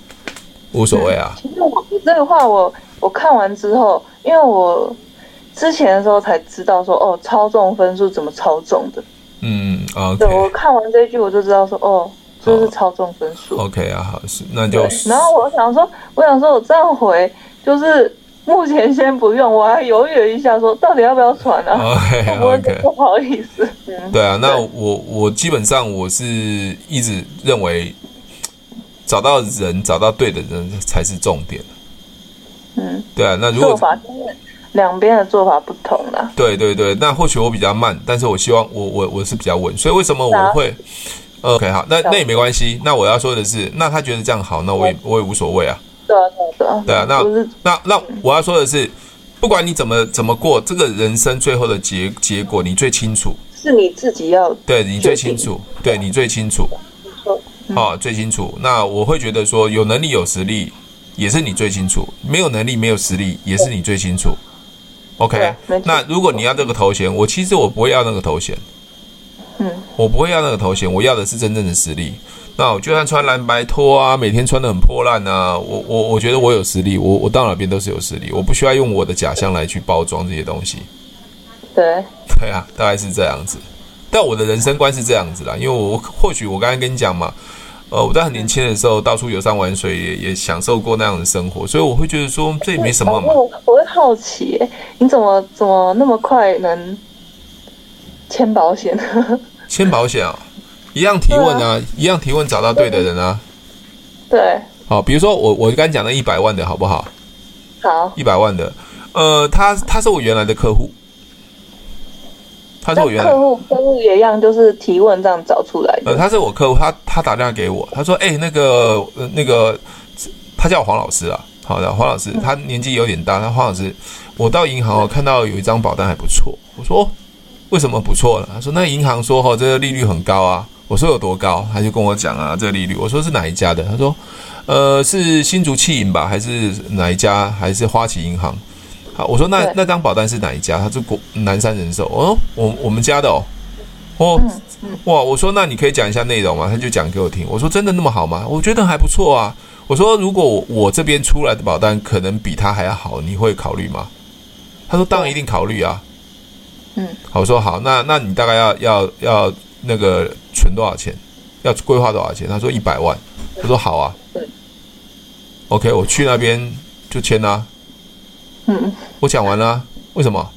Speaker 1: 无所谓啊。
Speaker 2: 其实我这个话我我看完之后，因为我之前的时候才知道说哦，超重分数怎么超重的。
Speaker 1: 嗯
Speaker 2: 对我
Speaker 1: ，OK
Speaker 2: 看完这一句我就知道说哦，这
Speaker 1: 哦
Speaker 2: 是超重分数。
Speaker 1: OK 啊，好，是那就
Speaker 2: 对，然后我想说，我想说我这样回就是目前先不用，我还犹豫了一下说到底要不要传啊，
Speaker 1: OK
Speaker 2: 会不会
Speaker 1: 哦 OK，
Speaker 2: 不好意思？嗯，
Speaker 1: 对啊，那我我基本上我是一直认为找到人，找到对的人才是重点。
Speaker 2: 嗯，
Speaker 1: 对啊，那如
Speaker 2: 做
Speaker 1: 果
Speaker 2: 法就是两边的做法不同啦。
Speaker 1: 对对对，那或许我比较慢，但是我希望我我我是比较稳，所以为什么我会、呃 OK 好，那那也没关系。那我要说的是，那他觉得这样好，那我也我也无所谓啊。
Speaker 2: 对啊，对啊，
Speaker 1: 对
Speaker 2: 对啊，
Speaker 1: 啊，那
Speaker 2: 不是
Speaker 1: 那那我要说的是，不管你怎么怎么过，这个人生最后的结结果你最清楚，
Speaker 2: 是你自己要
Speaker 1: 对你最清楚，对你最清楚，
Speaker 2: 说，
Speaker 1: 啊、最清楚。那我会觉得说，有能力有实力也是你最清楚，没有能力没有实力也是你最清楚。OK，
Speaker 2: 对没错
Speaker 1: 那如果你要这个头衔，我其实我不会要那个头衔。
Speaker 2: 嗯，
Speaker 1: 我不会要那个头衔，我要的是真正的实力。那我就算穿蓝白拖啊，每天穿的很破烂啊，我我我觉得我有实力，我我到哪边都是有实力，我不需要用我的假象来去包装这些东西。
Speaker 2: 对，
Speaker 1: 对啊，大概是这样子。但我的人生观是这样子啦，因为我或许我刚才跟你讲嘛，呃，我在很年轻的时候到处游山玩水，也也享受过那样的生活，所以我会觉得说这也没什么
Speaker 2: 然
Speaker 1: 嘛。
Speaker 2: 后哦我会好奇耶，你怎么怎么那么快能签保险？
Speaker 1: 签保险啊，一样提问啊，一样提问找到对的人啊。
Speaker 2: 对，
Speaker 1: 啊好，比如说我我刚才讲的一百万的好不好？
Speaker 2: 好，
Speaker 1: 一百万的，呃，他他是我原来的客户，他是
Speaker 2: 那
Speaker 1: 我原来
Speaker 2: 客户客户也一样，就是提问这样找出来
Speaker 1: 呃，
Speaker 2: 的。
Speaker 1: 他是我客户，他他打电话给我，他说：“哎、那个、呃、那个，他叫我黄老师啊。好的，黄老师，他年纪有点大。他黄老师，我到银行哦，看到有一张保单还不错。我说、哦、为什么不错呢？他说那银行说哦，这个利率很高啊。我说有多高？他就跟我讲啊，这个利率。我说是哪一家的？他说呃，是新竹汽银吧，还是哪一家？还是花旗银行？好，我说那
Speaker 2: 对
Speaker 1: 那张保单是哪一家？他说国南山人寿。哦，我我们家的哦。哦，
Speaker 2: 嗯嗯，
Speaker 1: 哇，我说那你可以讲一下内容吗？他就讲给我听。我说真的那么好吗？我觉得还不错啊。我说如果我我这边出来的保单可能比他还要好，你会考虑吗？他说当然一定考虑啊。
Speaker 2: 嗯，
Speaker 1: 好，我说好，那那你大概要要要那个存多少钱？要规划多少钱？他说一百万。我说好啊
Speaker 2: 对。
Speaker 1: OK，我去那边就签啊啦、
Speaker 2: 嗯，
Speaker 1: 我讲完了啊、为什么？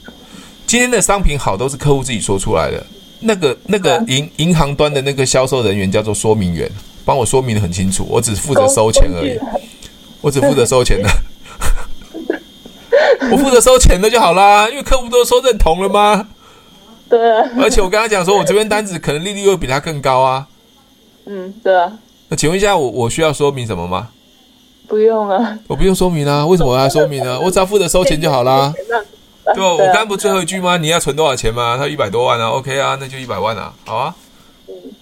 Speaker 1: 今天的商品好都是客户自己说出来的，那个那个银银行端的那个销售人员叫做说明员，帮我说明的很清楚，我只负
Speaker 2: 哦
Speaker 1: 责收钱而已，我只负责收钱的， 我负责收钱的就好啦，因为客户都说认同了吗？
Speaker 2: 对啊，
Speaker 1: 而且我跟他讲说，我这边单子可能利率会比他更高啊，
Speaker 2: 嗯，对啊，
Speaker 1: 那请问一下我我需要说明什么吗？
Speaker 2: 不用啊，
Speaker 1: 我不用说明啊，为什么我要说明呢、我只要负责收钱就好啦。 对啊，我刚不最后一句吗？你要存多少钱吗？他一百多万啊，OK 啊，那就一百万啊，好啊。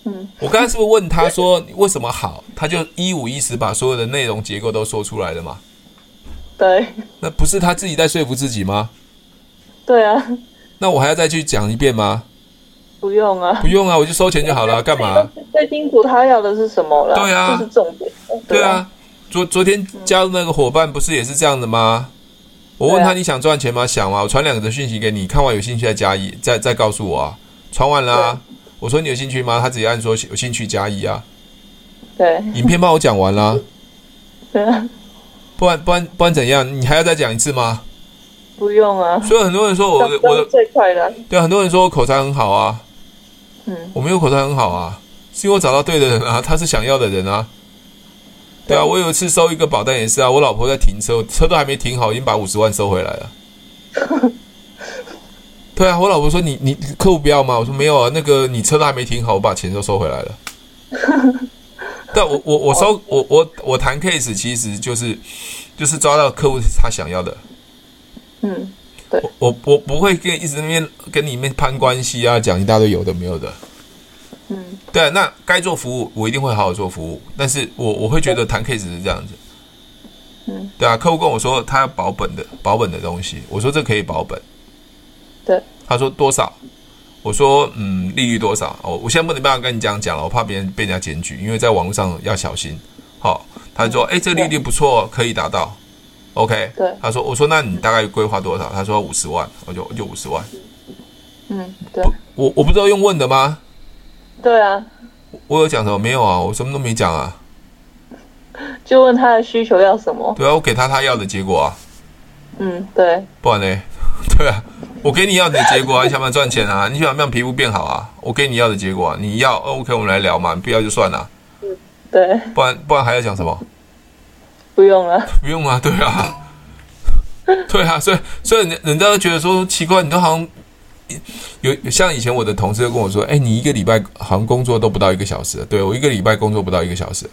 Speaker 2: 嗯，
Speaker 1: 我刚才是不是问他说你为什么好？他就一五一十把所有的内容结构都说出来了嘛？
Speaker 2: 对
Speaker 1: 那不是他自己在说服自己吗？
Speaker 2: 对啊，
Speaker 1: 那我还要再去讲一遍吗？
Speaker 2: 不用啊
Speaker 1: 不，用啊，我就收钱就好了，干嘛？
Speaker 2: 最清楚他要的是什么了，
Speaker 1: 对啊
Speaker 2: 这是重点。
Speaker 1: 对，啊，昨昨天加入那个伙伴不是也是这样的吗？我问他
Speaker 2: 对啊
Speaker 1: 你想赚钱吗？想啊，我传两个的讯息给你，看完有兴趣再加一，再再告诉我啊。传完啦、我说你有兴趣吗？他直接按说有兴趣加一啊。
Speaker 2: 对啊
Speaker 1: 影片帮我讲完啦、
Speaker 2: 对啊，
Speaker 1: 不然不然不然怎样？你还要再讲一次吗？
Speaker 2: 不用啊，
Speaker 1: 所以很多人说我的
Speaker 2: 这
Speaker 1: 我
Speaker 2: 这
Speaker 1: 的
Speaker 2: 是最快的啊，
Speaker 1: 对啊，很多人说我口才很好啊，
Speaker 2: 嗯，
Speaker 1: 我没有口才很好啊，是因为我找到对的人啊，他是想要的人啊。对啊，
Speaker 2: 对
Speaker 1: 我有一次收一个保单也是啊，我老婆在停车，我车都还没停好，已经把五十万收回来了。对啊，我老婆说你你客户不要吗？我说没有啊，那个你车都还没停好，我把钱都收回来了。但我我我收我我我谈 case 其实就是就是抓到客户他想要的，
Speaker 2: 嗯，
Speaker 1: 我我我不会跟一直在那边跟你们攀关系啊，讲一大堆有的没有的。
Speaker 2: 嗯，
Speaker 1: 对啊、那该做服务，我一定会好好做服务。但是我我会觉得谈 case 是这样子，
Speaker 2: 嗯，
Speaker 1: 对啊，客户跟我说他要保本的保本的东西，我说这可以保本，
Speaker 2: 对，
Speaker 1: 他说多少？我说嗯，利率多少？哦，我现在不能办法跟你这样讲了，我怕别人被人家检举，因为在网络上要小心。好、他就说哎，这个利率不错，可以达到。OK，
Speaker 2: 嗯对
Speaker 1: 他说我说那你大概规划多少？他说五十万，我就我就五十万。
Speaker 2: 嗯，对
Speaker 1: 我我不知道用问的吗？
Speaker 2: 对啊，
Speaker 1: 我有讲什么没有啊？我什么都没讲啊。
Speaker 2: 就问他的需求要什么，
Speaker 1: 对啊，我给他他要的结果啊，
Speaker 2: 嗯，对
Speaker 1: 不然呢？ 对啊，我给你要的结果啊，你想不想赚钱啊？你想不想让皮肤变好啊？我给你要的结果啊，你要哦 OK，我们来聊嘛，你不要就算了，
Speaker 2: 对，
Speaker 1: 不然不然还要讲什么？
Speaker 2: 不用了，
Speaker 1: 不用啊，对啊， 对啊，所以所以人人家都觉得说奇怪，你都好像有有像以前我的同事就跟我说，哎，你一个礼拜好像工作都不到一个小时，对我一个礼拜工作不到一个小时。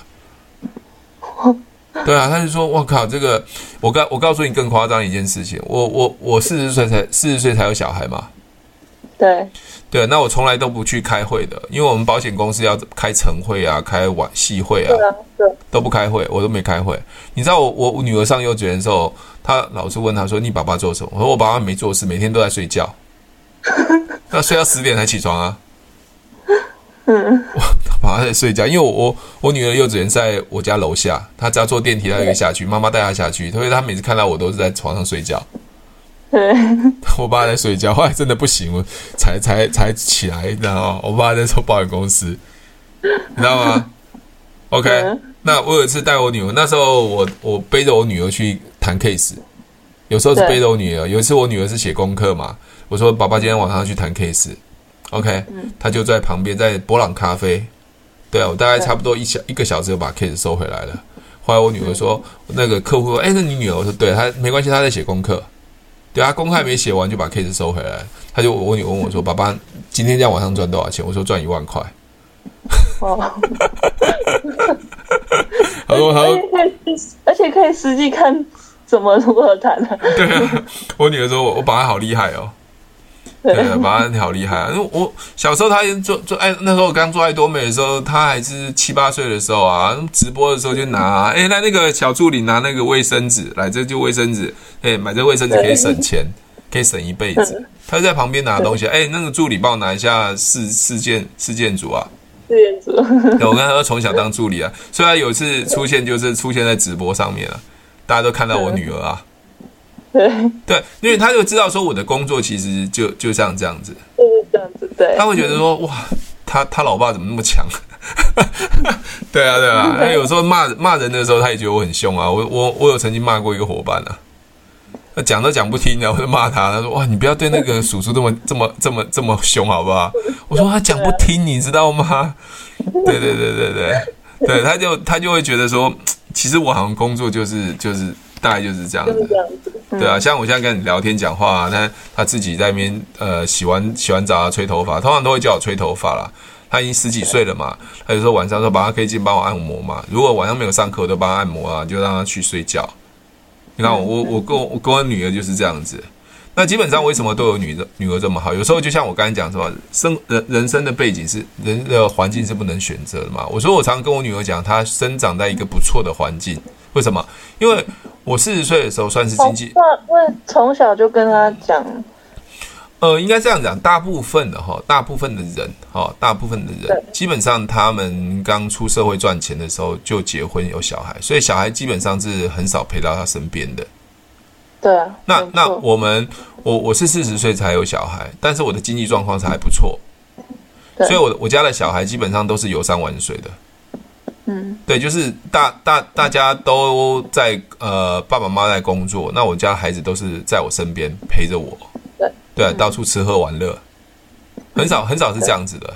Speaker 1: 对啊，他就说：“我靠，这个我告我告诉你更夸张一件事情，我我我四十岁才四十岁才有小孩嘛，
Speaker 2: 对
Speaker 1: 对啊，那我从来都不去开会的，因为我们保险公司要开晨会啊，开晚系会啊
Speaker 2: 对，啊，对，
Speaker 1: 都不开会，我都没开会。你知道我我我女儿上幼稚园的时候，她老师问她说：“你爸爸做什么？”我说：“我爸爸没做事，每天都在睡觉。那睡到十点才起床啊。”嗯，我爸爸在睡觉，因为我我我女儿幼稚园在我家楼下，她只要坐电梯，她就可以下去，妈妈带她下去，所以她每次看到我都是在床上睡觉。
Speaker 2: 对，
Speaker 1: 我爸在睡觉，后来真的不行，我才才才起来，然后我爸在做保险公司，你知道吗？OK，、
Speaker 2: 嗯
Speaker 1: 那我有一次带我女儿，那时候我我背着我女儿去谈 case，有时候是
Speaker 2: 对
Speaker 1: 背着我女儿，有一次我女儿是写功课嘛，我说爸爸今天晚上要去谈 case，OK，、她
Speaker 2: 嗯
Speaker 1: 就在旁边在博朗咖啡，对啊我大概
Speaker 2: 对
Speaker 1: 差不多一小一个小时就把 case 收回来了。后来我女儿说，
Speaker 2: 嗯
Speaker 1: 那个客户说，哎、那你女儿？我说对，她没关系，她在写功课。对啊她功课还没写完就把 case 收回来，她就我女儿问我说，爸爸今天这样晚上赚多少钱？我说赚一万块。
Speaker 2: 哦，
Speaker 1: 她说她
Speaker 2: 而
Speaker 1: 说
Speaker 2: 且可以，而且可以实际看怎么如何谈啊。
Speaker 1: 对啊， 我女儿说我我爸好厉害哦。
Speaker 2: 对
Speaker 1: 对，马鞍好厉害啊！因为我小时候他做做爱，那时候我刚做爱多美的时候，他还是七八岁的时候啊，直播的时候就拿、啊，哎、那那个小助理拿那个卫生纸来，这就卫生纸，哎、买这卫生纸可以省钱，可以省一辈子。他就在旁边拿东西，哎、那个助理帮我拿一下事事件事件组啊，
Speaker 2: 志愿者，
Speaker 1: 对我跟他说从小当助理啊，虽然有一次出现就是出现在直播上面啊，大家都看到我女儿啊，
Speaker 2: 对，
Speaker 1: 对，因为他就知道说我的工作其实就就像这样子。
Speaker 2: 就是这样子，对
Speaker 1: 他。会觉得说，哇，他他老爸怎么那么强？ 对啊，对啊。那有时候骂骂人的时候，他也觉得我很凶啊。我我我有曾经骂过一个伙伴啊，那讲都讲不听啊的，我就骂他。他说：“哇，你不要对那个叔叔这么 这么这么这么凶，好不好？”我说：“他讲不听，你知道吗？”对对对对对，对，他就他就会觉得说，其实我好像工作就是就是大概就是这样
Speaker 2: 就是
Speaker 1: 子
Speaker 2: 这。样子，嗯
Speaker 1: 对啊，像我现在跟你聊天讲话、啊，他他自己在那边呃洗完洗完澡啊吹头发，通常都会叫我吹头发啦。他已经十几岁了嘛，他就说晚上说爸爸可以进帮我按摩嘛。如果晚上没有上课，我都帮他按摩啊，就让他去睡觉。你看我我我跟我我跟我女儿就是这样子。那基本上为什么对我女儿女儿这么好？有时候就像我刚才讲什么生人人生的背景是人的环境是不能选择的嘛。我说我常跟我女儿讲，她生长在一个不错的环境，为什么？因为我四十岁的时候算是经济
Speaker 2: 那哦那从小就跟他讲，
Speaker 1: 呃，应该这样讲，大部分的哈，大部分的人哈，大部分的人基本上他们刚出社会赚钱的时候就结婚有小孩，所以小孩基本上是很少陪到他身边的。
Speaker 2: 对啊，
Speaker 1: 那
Speaker 2: 没
Speaker 1: 那
Speaker 2: 错
Speaker 1: 我们我我是四十岁才有小孩，但是我的经济状况是还不错，
Speaker 2: 对
Speaker 1: 所以我我家的小孩基本上都是游山玩水的。
Speaker 2: 嗯，
Speaker 1: 对，就是大大大家都在呃爸爸妈妈在工作，那我家孩子都是在我身边陪着我，
Speaker 2: 对
Speaker 1: 对，啊到处吃喝玩乐，很少很少是这样子的。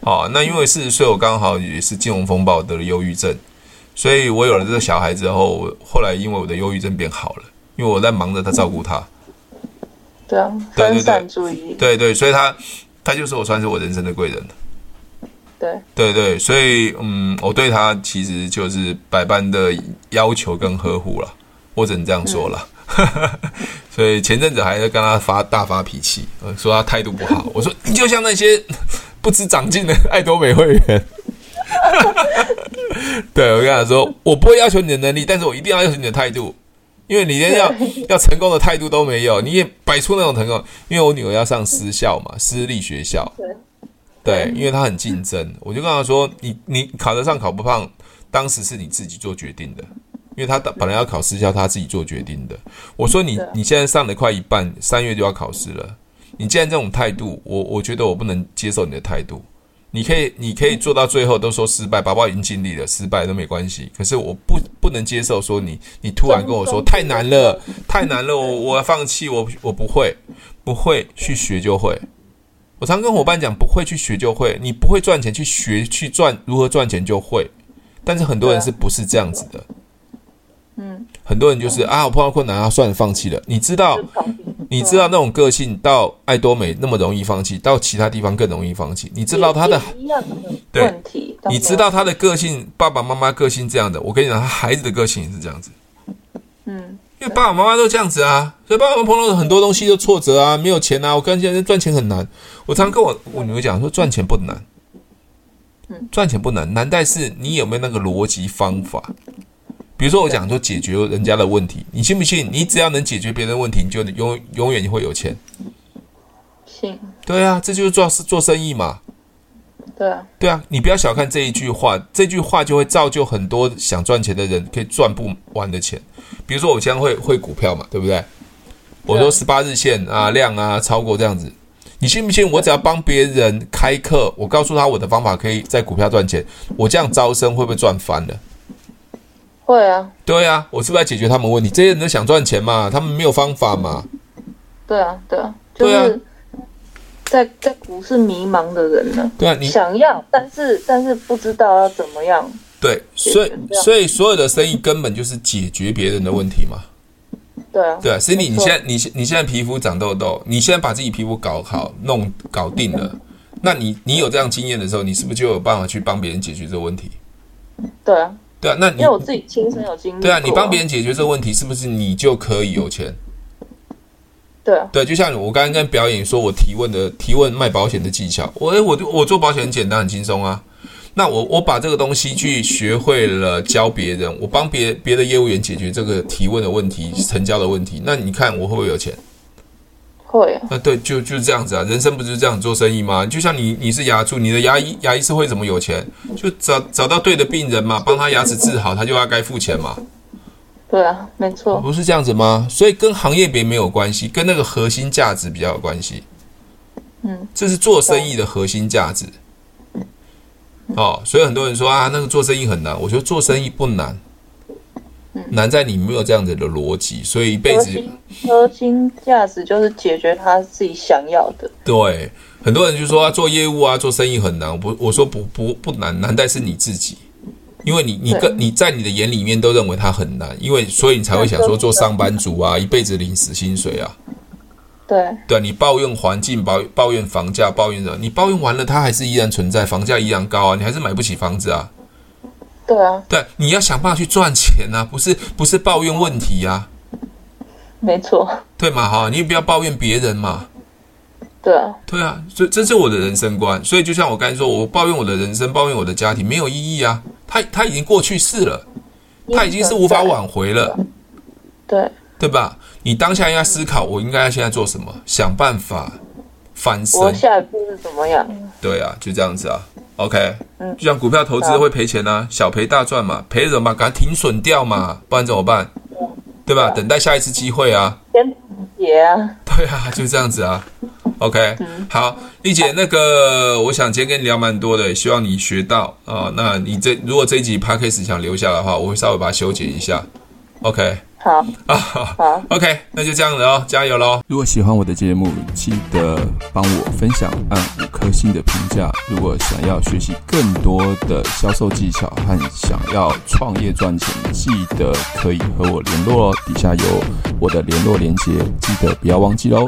Speaker 1: 哦，那因为四十岁，我刚好也是金融风暴得了忧郁症，所以我有了这个小孩之后，我后来因为我的忧郁症变好了，因为我在忙着他照顾他，
Speaker 2: 对啊，
Speaker 1: 对对
Speaker 2: 分
Speaker 1: 对
Speaker 2: 散注意力，
Speaker 1: 对对，所以他他就是我算是我人生的贵人。
Speaker 2: 对，
Speaker 1: 对对，所以嗯，我对他其实就是百般的要求跟呵护了，我只能这样说了。 所以前阵子还在跟他发大发脾气，呃说他态度不好，我说你就像那些不知长进的爱多美会员。 对我跟他说，我不会要求你的能力，但是我一定要要求你的态度，因为你连要要成功的态度都没有，你也摆出那种成功。因为我女儿要上私校嘛，私立学校，对，
Speaker 2: 嗯
Speaker 1: 因为他很竞争，我就跟他说，你你考得上考不上，当时是你自己做决定的，因为他当本来要考私校，他自己做决定的。我说你
Speaker 2: 对啊
Speaker 1: 你现在上了快一半，三月就要考试了，你既然这种态度，我我觉得我不能接受你的态度。你可以，你可以做到最后都说失败，宝宝已经尽力了，失败都没关系。可是我不不能接受说你，你突然跟我说
Speaker 2: 中中
Speaker 1: 太难了，太难了，我我要放弃，我我不会，不会去学就会。我常跟伙伴讲，不会去学就会，你不会赚钱去学去赚如何赚钱就会。但是很多人
Speaker 2: 对啊
Speaker 1: 是不是这样子的？
Speaker 2: 嗯，
Speaker 1: 很多人就是啊，我碰到困难啊，算了，放弃了。你知道
Speaker 2: 就，旁边
Speaker 1: 你知道那种个性到爱多美那么容易放弃，到其他地方更容易放弃。你知道他的
Speaker 2: 也一样的
Speaker 1: 对
Speaker 2: 问题，但
Speaker 1: 你知道他的个性，爸爸妈妈个性这样的，我跟你讲，他孩子的个性也是这样子，
Speaker 2: 没有，嗯，
Speaker 1: 因为爸爸妈妈都这样子啊，所以爸爸妈妈碰到很多东西都挫折啊，没有钱啊，我跟现在赚钱很难。我常跟我我女儿讲说，赚钱不难
Speaker 2: 嗯，
Speaker 1: 赚钱不难，难在是你有没有那个逻辑方法。比如说我讲说解决人家的问题，你信不信？你只要能解决别人的问题，你就永永远你会有钱。
Speaker 2: 信，
Speaker 1: 对啊，这就是做做生意嘛。
Speaker 2: 对啊，
Speaker 1: 对啊，你不要小看这一句话，这句话就会造就很多想赚钱的人可以赚不完的钱。比如说，我现在会会股票嘛，对不对？我说十八日线啊量啊超过这样子，你信不信？我只要帮别人开课，我告诉他我的方法可以在股票赚钱，我这样招生会不会赚翻了？
Speaker 2: 会啊，
Speaker 1: 对啊，我是不是在解决他们问题？这些人都想赚钱嘛，他们没有方法嘛。
Speaker 2: 对啊，对啊，就
Speaker 1: 对啊
Speaker 2: 是在在股市迷茫的人呢，
Speaker 1: 对啊，你
Speaker 2: 想要，但是但是不知道要怎么样
Speaker 1: 对，
Speaker 2: 是
Speaker 1: 所以
Speaker 2: 是这样
Speaker 1: 所以所有的生意根本就是解决别人的问题嘛。
Speaker 2: 对啊，
Speaker 1: 对啊，Cindy，你
Speaker 2: 没错
Speaker 1: 现在你现你现在皮肤长痘痘，你现在把自己皮肤搞好弄搞定了，那你你有这样经验的时候，你是不是就有办法去帮别人解决这个问题？
Speaker 2: 对啊，
Speaker 1: 对啊，那
Speaker 2: 因
Speaker 1: 你
Speaker 2: 为我自己亲身有经历过。
Speaker 1: 对啊，你帮别人解决这个问题，是不是你就可以有钱？
Speaker 2: 对啊，
Speaker 1: 对，就像我刚刚跟表演说，我提问的提问卖保险的技巧，我诶我我做保险很简单，很轻松啊。那我我把这个东西去学会了教别人，我帮别别的业务员解决这个提问的问题、成交的问题，那你看我会不会有钱？
Speaker 2: 会啊，
Speaker 1: 那对，就就是这样子啊，人生不就是这样做生意吗？就像你你是牙助，你的牙医牙医是会怎么有钱？就找找到对的病人嘛，帮他牙齿治好，他就要该付钱嘛，
Speaker 2: 对啊，没错，
Speaker 1: 不是这样子吗？所以跟行业别没有关系，跟那个核心价值比较有关系。
Speaker 2: 嗯，
Speaker 1: 这是做生意的核心价值。哦，所以很多人说啊，那个做生意很难，我觉得做生意不难，难在你没有这样子的嗯逻辑，所以一辈
Speaker 2: 核
Speaker 1: 子
Speaker 2: 心核心价值就是解决他自己想要的。
Speaker 1: 对，很多人就说、啊、做业务啊，做生意很难。我不，我说不不不难，难在是你自己，因为你你
Speaker 2: 对
Speaker 1: 跟你在你的眼里面都认为它很难，因为所以你才会想说做上班族啊，一辈子领死薪水啊。
Speaker 2: 对
Speaker 1: 对啊，你抱怨环境，抱抱怨房价，抱怨什么？你抱怨完了，它还是依然存在，房价依然高啊，你还是买不起房子啊。
Speaker 2: 对啊，
Speaker 1: 对，你要想办法去赚钱啊，不是不是抱怨问题啊，
Speaker 2: 没错，
Speaker 1: 对嘛哈，你也不要抱怨别人嘛。
Speaker 2: 对啊，
Speaker 1: 对啊，所以这是我的人生观。所以就像我刚才说，我抱怨我的人生，抱怨我的家庭没有意义啊。它它已经过去式了，它已经是无法挽回了，
Speaker 2: 对
Speaker 1: 对吧？你当下应该思考，我应该现在做什么，想办法翻身。
Speaker 2: 我下一步是怎么样？
Speaker 1: 对啊，就这样子啊。OK，
Speaker 2: 嗯
Speaker 1: 就像股票投资
Speaker 2: 好
Speaker 1: 会赔钱啊，小赔大赚嘛，赔了嘛，赶快停损掉嘛，不然怎么办？对吧？等待下一次机会啊。
Speaker 2: 先解啊，
Speaker 1: 对啊，就这样子啊。OK，好，丽姐，那个我想今天跟你聊蛮多的，希望你学到啊、那你这如果这一集 p a c k a g e 想留下的话，我会稍微把它修剪一下。OK
Speaker 2: 好
Speaker 1: 啊
Speaker 2: 好。
Speaker 1: ，OK，那就这样子哦，加油喽！
Speaker 3: 如果喜欢我的节目，记得帮我分享，按五颗星的评价。如果想要学习更多的销售技巧和想要创业赚钱，记得可以和我联络哦。底下有我的联络连接，记得不要忘记喽。